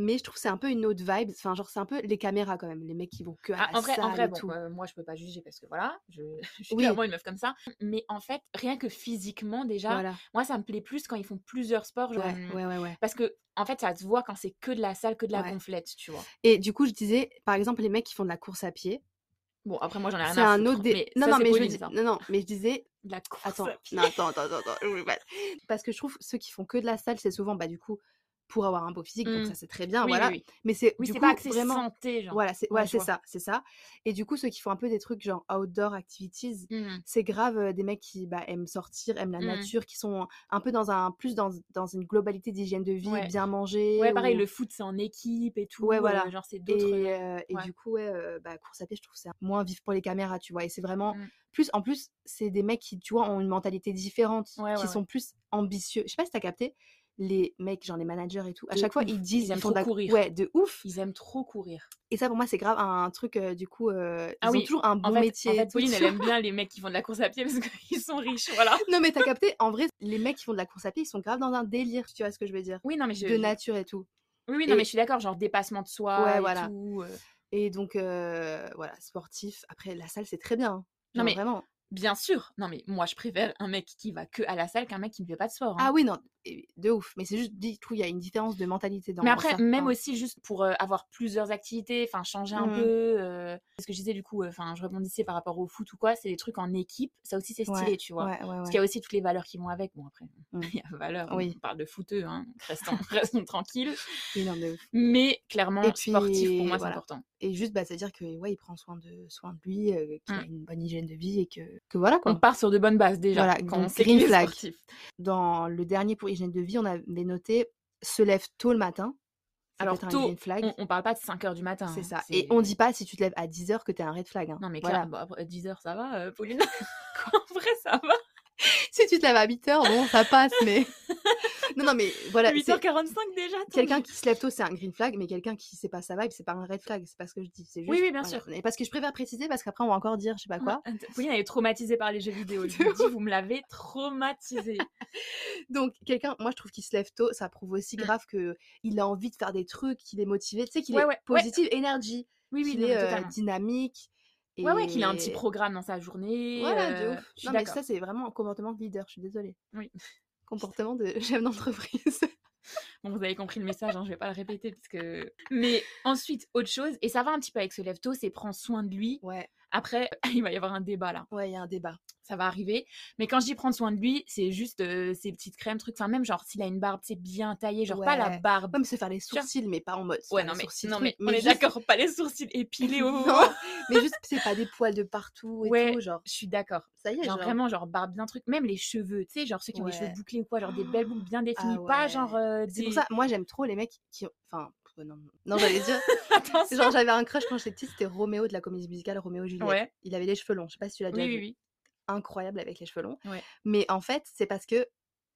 Speaker 1: Mais je trouve que c'est un peu une autre vibe. Enfin, genre, c'est un peu les caméras quand même. Les mecs qui vont que à
Speaker 2: Ah,
Speaker 1: la
Speaker 2: en vrai, en
Speaker 1: salle
Speaker 2: vrai,
Speaker 1: et
Speaker 2: bon,
Speaker 1: bah, tout.
Speaker 2: euh, moi je peux pas juger parce que voilà, je, [laughs] je suis
Speaker 1: Oui.
Speaker 2: clairement une meuf comme ça. Mais en fait, rien que physiquement déjà,
Speaker 1: Voilà.
Speaker 2: moi ça me plaît plus quand ils font plusieurs sports, genre,
Speaker 1: Ouais,
Speaker 2: hum,
Speaker 1: ouais, ouais, ouais.
Speaker 2: parce que en fait ça se voit quand c'est que de la salle, que de la
Speaker 1: Ouais.
Speaker 2: gonflette, tu vois.
Speaker 1: Et du coup, je disais, par exemple, les mecs qui font de la course à pied,
Speaker 2: Bon après moi j'en ai rien
Speaker 1: c'est
Speaker 2: à
Speaker 1: un
Speaker 2: foutre,
Speaker 1: autre. dé-
Speaker 2: mais
Speaker 1: Non,
Speaker 2: ça
Speaker 1: non,
Speaker 2: c'est
Speaker 1: mais je veux
Speaker 2: Pauline hein.
Speaker 1: dire-
Speaker 2: ça.
Speaker 1: non, non, mais je disais,
Speaker 2: De La [laughs] course.
Speaker 1: attends,
Speaker 2: à pied.
Speaker 1: non, attends, attends, attends, attends, je veux pas- parce que je trouve ceux qui font que de la salle, c'est souvent, bah, du coup, pour avoir un beau physique, donc
Speaker 2: Mm.
Speaker 1: ça c'est très bien,
Speaker 2: Oui, oui,
Speaker 1: voilà.
Speaker 2: oui.
Speaker 1: Mais c'est
Speaker 2: Oui,
Speaker 1: du
Speaker 2: c'est pas
Speaker 1: coup
Speaker 2: axé
Speaker 1: vraiment,
Speaker 2: santé, genre.
Speaker 1: voilà, c'est,
Speaker 2: Ouais,
Speaker 1: ouais,
Speaker 2: je
Speaker 1: c'est
Speaker 2: vois.
Speaker 1: ça, c'est ça. Et du coup, ceux qui font un peu des trucs genre outdoor activities,
Speaker 2: Mm,
Speaker 1: c'est grave euh, des mecs qui bah, aiment sortir, aiment la
Speaker 2: mm.
Speaker 1: nature, qui sont un peu dans un plus dans, dans une globalité d'hygiène de vie,
Speaker 2: Ouais.
Speaker 1: bien manger.
Speaker 2: Ouais, pareil,
Speaker 1: ou-
Speaker 2: le foot c'est en équipe et tout,
Speaker 1: Ouais,
Speaker 2: euh,
Speaker 1: voilà.
Speaker 2: genre c'est d'autres.
Speaker 1: Et, euh, et
Speaker 2: ouais.
Speaker 1: du coup, ouais, euh, bah, course à pied, je trouve que c'est moins vif pour les caméras, tu vois. Et c'est vraiment
Speaker 2: Mm.
Speaker 1: plus, en plus, c'est des mecs qui, tu vois, ont une mentalité différente,
Speaker 2: Ouais, ouais,
Speaker 1: qui
Speaker 2: ouais.
Speaker 1: sont plus ambitieux. Je sais pas si t'as capté, les mecs, genre les managers et tout, à
Speaker 2: De
Speaker 1: chaque fois,
Speaker 2: ouf.
Speaker 1: ils disent,
Speaker 2: Ils aiment
Speaker 1: ils font
Speaker 2: trop
Speaker 1: de la-
Speaker 2: courir.
Speaker 1: ouais, de ouf.
Speaker 2: Ils aiment trop courir.
Speaker 1: Et ça, pour moi, c'est grave un truc, euh, du coup, euh,
Speaker 2: Ah
Speaker 1: ils ont
Speaker 2: oui,
Speaker 1: toujours un
Speaker 2: en
Speaker 1: bon
Speaker 2: fait,
Speaker 1: métier
Speaker 2: en
Speaker 1: et
Speaker 2: fait,
Speaker 1: tout,
Speaker 2: Pauline,
Speaker 1: tu
Speaker 2: elle aime bien les mecs qui font de la course à pied [laughs] parce qu'ils sont riches, voilà.
Speaker 1: Non, mais t'as capté, en vrai, les mecs qui font de la course à pied, ils sont grave dans un délire, tu vois ce que je veux dire
Speaker 2: Oui, non, mais je,
Speaker 1: De
Speaker 2: je-
Speaker 1: nature et tout.
Speaker 2: Oui, oui, non, mais
Speaker 1: Et
Speaker 2: je suis d'accord, genre dépassement de soi
Speaker 1: ouais,
Speaker 2: et
Speaker 1: voilà.
Speaker 2: tout. euh.
Speaker 1: Et donc, euh, voilà, sportif. Après, la salle, c'est très bien.
Speaker 2: Non,
Speaker 1: Genre,
Speaker 2: mais hein.
Speaker 1: vraiment.
Speaker 2: Bien sûr. Non, mais moi, je préfère un mec qui va que à la salle qu'un mec qui ne fait pas de sport. hein.
Speaker 1: Ah oui, non, et- de ouf. Mais c'est juste, du coup, il y a une différence de mentalité dans
Speaker 2: mais après,
Speaker 1: certains-
Speaker 2: même aussi juste pour euh, avoir plusieurs activités, enfin changer un
Speaker 1: Mm.
Speaker 2: peu. euh, ce que je disais du coup, enfin je rebondissais par rapport au foot ou quoi, c'est des trucs en équipe. Ça aussi, c'est stylé, tu vois.
Speaker 1: Ouais, ouais, ouais.
Speaker 2: Parce qu'il y a aussi toutes les valeurs qui vont avec. Bon, après, [laughs]
Speaker 1: Mm.
Speaker 2: il y a valeurs,
Speaker 1: Oui.
Speaker 2: on parle de footeux, hein, donc restons, [laughs] restons tranquilles.
Speaker 1: Oui, non, de ouf.
Speaker 2: Mais clairement,
Speaker 1: Et puis,
Speaker 2: sportif, pour moi,
Speaker 1: voilà.
Speaker 2: c'est important.
Speaker 1: Et juste, bah, c'est-à-dire que, ouais, il prend soin de, soin de lui, euh, qu'il a
Speaker 2: Mm.
Speaker 1: une bonne hygiène de vie et que, que voilà, quoi.
Speaker 2: On part sur de bonnes bases déjà,
Speaker 1: Voilà,
Speaker 2: quand
Speaker 1: donc
Speaker 2: on sait
Speaker 1: green
Speaker 2: qu'il est
Speaker 1: flag.
Speaker 2: sportif.
Speaker 1: Dans le dernier pour hygiène de vie, on avait noté se lève tôt le matin. Ça peut
Speaker 2: Alors,
Speaker 1: être un
Speaker 2: tôt,
Speaker 1: green flag.
Speaker 2: On, on parle pas de 5 heures du matin.
Speaker 1: C'est
Speaker 2: hein,
Speaker 1: ça. Et on dit pas si tu te lèves à 10h que t'es un red flag. hein.
Speaker 2: Non, mais
Speaker 1: voilà.
Speaker 2: clairement, bon, après 10 heures, ça va, euh, Pauline [laughs] En vrai, ça va.
Speaker 1: [laughs] Si tu te lèves à 8h, bon, ça passe,
Speaker 2: [laughs]
Speaker 1: mais. non, non, mais voilà. c'est-
Speaker 2: 8h45 déjà. tant
Speaker 1: Quelqu'un
Speaker 2: mieux.
Speaker 1: qui se lève tôt, c'est un green flag, mais quelqu'un qui sait pas sa vibe, c'est pas un red flag, c'est pas ce que je dis. C'est juste,
Speaker 2: Oui, oui, bien
Speaker 1: voilà.
Speaker 2: sûr.
Speaker 1: Et parce que je préfère préciser, parce qu'après, on va encore dire, je sais pas quoi.
Speaker 2: Ouais, Pauline, elle est traumatisée par les jeux
Speaker 1: [laughs]
Speaker 2: vidéo. Je vous le dis, vous me l'avez traumatisée.
Speaker 1: Donc, quelqu'un, moi, je trouve qu'il se lève tôt, ça prouve aussi
Speaker 2: Mm.
Speaker 1: grave que il a envie de faire des trucs, qu'il est motivé, tu sais, qu'il
Speaker 2: Ouais,
Speaker 1: est
Speaker 2: ouais, ouais.
Speaker 1: positif, énergie,
Speaker 2: Oui, oui,
Speaker 1: qu'il
Speaker 2: non,
Speaker 1: est
Speaker 2: mais
Speaker 1: euh,
Speaker 2: totalement.
Speaker 1: dynamique. Et...
Speaker 2: Ouais, ouais, qu'il a un petit programme dans sa journée.
Speaker 1: Voilà,
Speaker 2: euh,
Speaker 1: de ouf.
Speaker 2: Je suis
Speaker 1: Non, mais
Speaker 2: d'accord.
Speaker 1: ça, c'est vraiment un comportement de leader, je suis désolée.
Speaker 2: Oui.
Speaker 1: Comportement de [laughs] chef d'entreprise.
Speaker 2: Bon, vous avez compris le message, hein, je vais pas le répéter parce que. Mais ensuite, autre chose, et ça va un petit peu avec ce lève-tôt, c'est prendre soin de lui.
Speaker 1: ouais,
Speaker 2: Après, [laughs] il va y avoir un débat là,
Speaker 1: ouais, il y a un débat.
Speaker 2: ça va arriver. Mais quand je dis prendre soin de lui, c'est juste euh, ses petites crèmes, trucs. Enfin, même genre s'il a une barbe, c'est bien taillé, genre pas la
Speaker 1: Ouais.
Speaker 2: barbe.
Speaker 1: Comme se faire les
Speaker 2: Tu vois
Speaker 1: sourcils, mais pas en mode. se
Speaker 2: Ouais,
Speaker 1: faire
Speaker 2: non,
Speaker 1: les
Speaker 2: mais,
Speaker 1: sourcils
Speaker 2: non,
Speaker 1: trucs,
Speaker 2: mais, on est
Speaker 1: juste-
Speaker 2: d'accord, pas les
Speaker 1: [laughs]
Speaker 2: sourcils épilés au.
Speaker 1: Non, mais
Speaker 2: [laughs]
Speaker 1: juste, c'est pas des poils de partout et
Speaker 2: Ouais.
Speaker 1: tout, genre.
Speaker 2: Je suis d'accord.
Speaker 1: Ça y est,
Speaker 2: Genre,
Speaker 1: genre.
Speaker 2: vraiment, genre barbe bien truc. Même les cheveux, tu sais, genre ceux qui ont les cheveux
Speaker 1: Ouais.
Speaker 2: bouclés ou quoi, genre des belles boucles bien définies.
Speaker 1: Ah
Speaker 2: Pas
Speaker 1: ouais.
Speaker 2: genre euh, des.
Speaker 1: C'est pour ça, moi j'aime trop les mecs qui. ont- Enfin, pff, non, non j'allais dire.
Speaker 2: [laughs] Attention. [laughs]
Speaker 1: genre, j'avais un crush quand j'étais petite, c'était Roméo de la comédie musicale Roméo et Juliette.
Speaker 2: Ouais.
Speaker 1: Il avait les cheveux longs, je sais pas si tu l'as
Speaker 2: Oui,
Speaker 1: déjà
Speaker 2: oui,
Speaker 1: vu.
Speaker 2: oui.
Speaker 1: Incroyable avec les cheveux longs.
Speaker 2: Ouais.
Speaker 1: Mais en fait, c'est parce que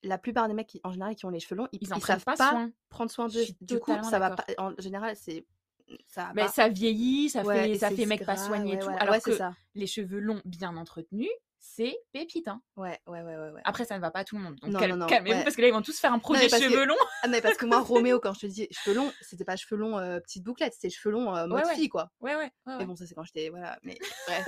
Speaker 1: la plupart des mecs qui, en général qui ont les cheveux longs, ils,
Speaker 2: Ils en
Speaker 1: ils
Speaker 2: prennent
Speaker 1: savent
Speaker 2: pas,
Speaker 1: pas,
Speaker 2: soin.
Speaker 1: prendre soin
Speaker 2: Je
Speaker 1: d'eux.
Speaker 2: suis
Speaker 1: Du coup,
Speaker 2: totalement
Speaker 1: ça va pas.
Speaker 2: d'accord.
Speaker 1: En général, c'est. Ça va
Speaker 2: Mais
Speaker 1: pas.
Speaker 2: Bah, ça vieillit, ça
Speaker 1: ah bah. Ouais,
Speaker 2: fait,
Speaker 1: et
Speaker 2: ça
Speaker 1: c'est
Speaker 2: fait mec pas
Speaker 1: gras,
Speaker 2: soigné et
Speaker 1: ouais,
Speaker 2: tout.
Speaker 1: voilà.
Speaker 2: Alors
Speaker 1: Ouais, c'est
Speaker 2: que
Speaker 1: ça.
Speaker 2: les cheveux longs, bien entretenus, c'est pépite. hein.
Speaker 1: Ouais, ouais, ouais, ouais. ouais.
Speaker 2: Après, ça ne va pas à tout le monde. Donc,
Speaker 1: Non,
Speaker 2: cal-
Speaker 1: non, non,
Speaker 2: calmez-vous
Speaker 1: ouais.
Speaker 2: parce que là, ils vont tous faire un projet
Speaker 1: mais parce que-
Speaker 2: cheveux longs. [laughs]
Speaker 1: Ah, mais parce que moi, Roméo, quand je te dis cheveux longs, c'était pas cheveux longs euh, petite bouclette, c'était cheveux longs euh, mode
Speaker 2: Ouais, ouais.
Speaker 1: fille, quoi.
Speaker 2: Ouais, ouais. ouais,
Speaker 1: Mais
Speaker 2: ouais.
Speaker 1: bon, ça c'est quand j'étais. Voilà,
Speaker 2: [laughs]
Speaker 1: mais bref.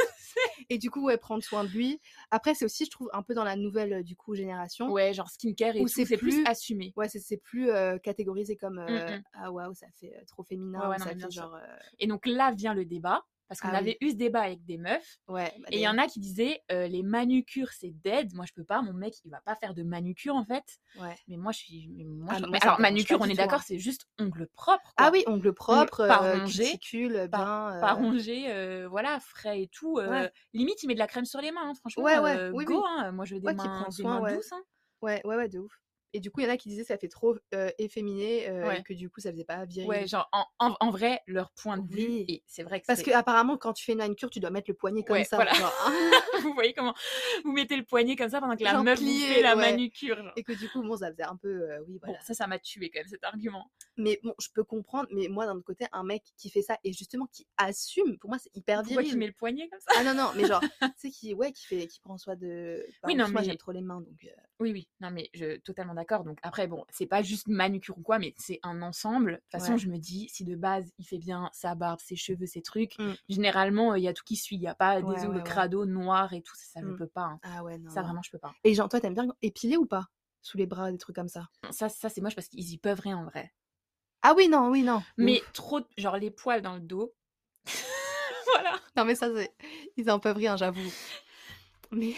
Speaker 1: Et du coup, ouais, prendre soin de lui. Après, c'est aussi, je trouve, un peu dans la nouvelle euh, du coup génération. Ouais,
Speaker 2: Ouais, genre skincare et
Speaker 1: Ou
Speaker 2: tout,
Speaker 1: c'est
Speaker 2: c'est plus...
Speaker 1: plus-
Speaker 2: assumé.
Speaker 1: c'est, c'est plus euh, catégorisé comme euh,
Speaker 2: mm.
Speaker 1: ah waouh, ça fait euh, trop féminin,
Speaker 2: Ouais, ouais,
Speaker 1: ou
Speaker 2: non,
Speaker 1: ça
Speaker 2: mais bien
Speaker 1: fait
Speaker 2: sûr.
Speaker 1: genre. euh,
Speaker 2: Et donc là vient le débat. Parce qu'on
Speaker 1: Ah oui.
Speaker 2: avait eu ce débat avec des meufs.
Speaker 1: Ouais. bah,
Speaker 2: Et il y
Speaker 1: d'ailleurs,
Speaker 2: en a qui disaient euh, les manucures c'est dead, moi je peux pas, mon mec il va pas faire de manucure en fait.
Speaker 1: ouais.
Speaker 2: Mais moi je suis. mais moi,
Speaker 1: Ah, mais moi,
Speaker 2: je- mais
Speaker 1: ça me
Speaker 2: alors
Speaker 1: dérange pas
Speaker 2: manucure on
Speaker 1: du
Speaker 2: est
Speaker 1: tout, hein.
Speaker 2: d'accord c'est juste ongle propre. Quoi.
Speaker 1: Ah oui, ongles propres,
Speaker 2: pas
Speaker 1: euh,
Speaker 2: rongés,
Speaker 1: cuticule,
Speaker 2: pas-
Speaker 1: bien.
Speaker 2: Pas
Speaker 1: euh,
Speaker 2: rongé, euh, voilà frais et tout. euh,
Speaker 1: Ouais.
Speaker 2: Limite il met de la crème sur les mains, hein, franchement.
Speaker 1: Ouais, ouais,
Speaker 2: euh,
Speaker 1: oui,
Speaker 2: go,
Speaker 1: oui.
Speaker 2: hein, moi je veux des
Speaker 1: Ouais, qui
Speaker 2: mains,
Speaker 1: prend
Speaker 2: des
Speaker 1: soin,
Speaker 2: mains
Speaker 1: ouais.
Speaker 2: douces. hein.
Speaker 1: Ouais, ouais, ouais, de ouf. Et du coup, il y en a qui disaient ça fait trop euh, efféminé euh,
Speaker 2: Ouais.
Speaker 1: et que du coup, ça faisait pas viril.
Speaker 2: Ouais, genre en, en- en vrai leur point de vue
Speaker 1: Oui.
Speaker 2: et c'est vrai que
Speaker 1: Parce
Speaker 2: c'est-
Speaker 1: que apparemment, quand tu fais une manucure, tu dois mettre le poignet comme
Speaker 2: Ouais,
Speaker 1: ça,
Speaker 2: voilà.
Speaker 1: genre, hein.
Speaker 2: [laughs] vous voyez comment vous mettez le poignet comme ça pendant que la
Speaker 1: Genre
Speaker 2: meuf vous
Speaker 1: plié,
Speaker 2: fait la
Speaker 1: ouais.
Speaker 2: manucure. genre.
Speaker 1: et que du coup, bon, ça faisait un peu, euh, oui,
Speaker 2: Bon,
Speaker 1: voilà.
Speaker 2: ça ça m'a tué quand même cet argument.
Speaker 1: Mais bon, je peux comprendre. Mais moi, d'un autre côté, un mec qui fait ça et justement qui assume, pour moi, c'est hyper
Speaker 2: Pourquoi tu
Speaker 1: viril.
Speaker 2: mets le poignet comme ça
Speaker 1: Ah non, non, mais genre,
Speaker 2: [laughs]
Speaker 1: tu sais qui, ouais, qui fait, qui prend soin de. Par
Speaker 2: Oui,
Speaker 1: contre,
Speaker 2: non,
Speaker 1: moi,
Speaker 2: mais-
Speaker 1: j'aime trop les mains, donc. euh,
Speaker 2: Oui, oui, non, mais je totalement d'accord. Donc après, bon, c'est pas juste manucure ou quoi, mais c'est un ensemble. De toute façon,
Speaker 1: Ouais.
Speaker 2: je me dis, si de base, il fait bien sa barbe, ses cheveux, ses trucs,
Speaker 1: Mm.
Speaker 2: généralement, euh, il y a tout qui suit. Il n'y a pas, des
Speaker 1: Ouais,
Speaker 2: désolé,
Speaker 1: ouais,
Speaker 2: le
Speaker 1: ouais.
Speaker 2: crado noir et tout, ça, ça, je
Speaker 1: Mm.
Speaker 2: peux pas. hein.
Speaker 1: Ah ouais, non.
Speaker 2: Ça,
Speaker 1: non.
Speaker 2: vraiment, je peux pas.
Speaker 1: Et genre, toi, t'aimes bien épiler ou pas Sous les bras, des trucs comme ça.
Speaker 2: Non, Ça, ça c'est moche parce qu'ils y peuvent rien en vrai.
Speaker 1: Ah oui, non, oui, non. de
Speaker 2: Mais
Speaker 1: ouf.
Speaker 2: trop, genre les poils dans le dos. voilà,
Speaker 1: [laughs] Non, mais ça, c'est. Ils en peuvent rien, j'avoue. Mais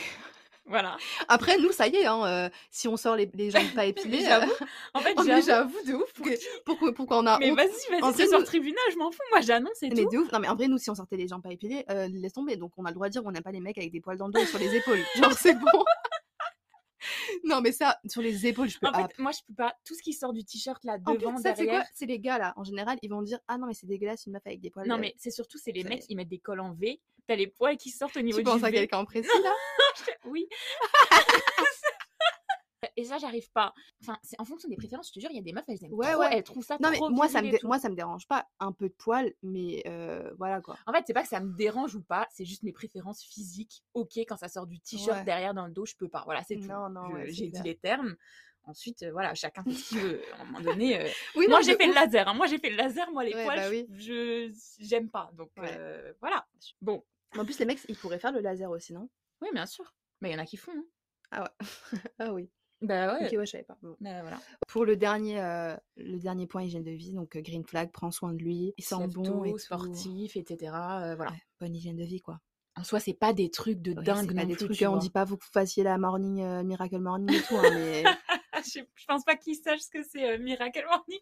Speaker 2: voilà.
Speaker 1: après, nous, ça y est, hein, euh, si on sort les, les jambes pas épilées,
Speaker 2: [laughs] j'avoue,
Speaker 1: euh, [laughs]
Speaker 2: En fait,
Speaker 1: oh, mais
Speaker 2: j'avoue.
Speaker 1: j'avoue, de ouf, que- pourquoi, pourquoi on a
Speaker 2: Mais
Speaker 1: honte En
Speaker 2: vas-y, vas-y, c'est
Speaker 1: vrai,
Speaker 2: sur
Speaker 1: nous-
Speaker 2: tribunal, je m'en fous. Moi, j'annonce et
Speaker 1: Mais
Speaker 2: tout. Ah.
Speaker 1: de ouf. Non, mais en vrai, nous, si on sortait les jambes pas épilées, euh, laisse tomber. Donc, on a le droit de dire qu'on n'aime pas les mecs avec des poils dans le dos et sur les
Speaker 2: [laughs]
Speaker 1: épaules. Genre, c'est bon. [laughs] non, mais ça, sur les épaules, je peux.
Speaker 2: En fait,
Speaker 1: ah,
Speaker 2: moi, je peux pas. Tout ce qui sort du t-shirt là,
Speaker 1: en
Speaker 2: devant,
Speaker 1: plus, ça, c'est quoi
Speaker 2: derrière.
Speaker 1: C'est les gars, là. En général, ils vont dire Ah non, mais c'est dégueulasse une meuf avec des poils.
Speaker 2: Non,
Speaker 1: euh,
Speaker 2: mais c'est surtout, c'est les
Speaker 1: ça
Speaker 2: mecs
Speaker 1: y
Speaker 2: qui mettent des cols en V. T'as les poils qui sortent au niveau
Speaker 1: Tu
Speaker 2: du
Speaker 1: penses à
Speaker 2: V.
Speaker 1: quelqu'un en précis, là
Speaker 2: [laughs]
Speaker 1: [laughs]
Speaker 2: Oui. Et ça, j'arrive pas. Enfin, c'est en fonction des préférences, je te jure, il y a des meufs, elles aiment
Speaker 1: Ouais,
Speaker 2: trop,
Speaker 1: ouais.
Speaker 2: elles trouvent ça
Speaker 1: Non, mais
Speaker 2: trop
Speaker 1: moi ça, me
Speaker 2: viril et
Speaker 1: dé-
Speaker 2: tout.
Speaker 1: moi, ça me dérange pas. Un peu de poils, mais euh, voilà quoi.
Speaker 2: En fait, c'est pas que ça me dérange ou pas, c'est juste mes préférences physiques. Ok, quand ça sort du t-shirt
Speaker 1: Ouais.
Speaker 2: derrière dans le dos, je peux pas. Voilà, c'est tout.
Speaker 1: Non, non,
Speaker 2: Je-
Speaker 1: ouais, c'est
Speaker 2: J'ai dit
Speaker 1: clair.
Speaker 2: les termes. Ensuite, euh, voilà, chacun fait ce qu'il veut. À un moment donné, euh,
Speaker 1: [laughs] Oui,
Speaker 2: moi
Speaker 1: non,
Speaker 2: j'ai
Speaker 1: de
Speaker 2: fait le
Speaker 1: ouf.
Speaker 2: laser, hein. moi j'ai fait le laser, moi les
Speaker 1: Ouais,
Speaker 2: poils,
Speaker 1: bah
Speaker 2: je-
Speaker 1: oui.
Speaker 2: je j'aime pas. Donc
Speaker 1: Ouais.
Speaker 2: euh, voilà. Bon,
Speaker 1: En plus, les mecs, ils pourraient faire le laser aussi, non
Speaker 2: Oui, bien sûr. Mais il y en a qui font. hein.
Speaker 1: Ah ouais. ah oui.
Speaker 2: Bah ouais.
Speaker 1: Ok, ouais, je savais pas. Bon.
Speaker 2: Bah, voilà.
Speaker 1: Pour le dernier, euh, le dernier point hygiène de vie, donc euh, green flag, prends soin de lui, il
Speaker 2: Se
Speaker 1: sent
Speaker 2: lève
Speaker 1: bon
Speaker 2: tôt,
Speaker 1: et tout.
Speaker 2: sportif, etc. euh, voilà.
Speaker 1: Ouais, bonne hygiène de vie quoi.
Speaker 2: En soi, c'est pas des trucs de
Speaker 1: Ouais,
Speaker 2: dingue
Speaker 1: c'est pas
Speaker 2: non
Speaker 1: des
Speaker 2: plus,
Speaker 1: trucs,
Speaker 2: tu
Speaker 1: hein, on
Speaker 2: vois.
Speaker 1: dit pas vous que vous fassiez la morning euh, miracle morning et tout, hein, mais
Speaker 2: [laughs] Ah, je, je pense pas qu'ils sachent ce que c'est euh, Miracle Morning.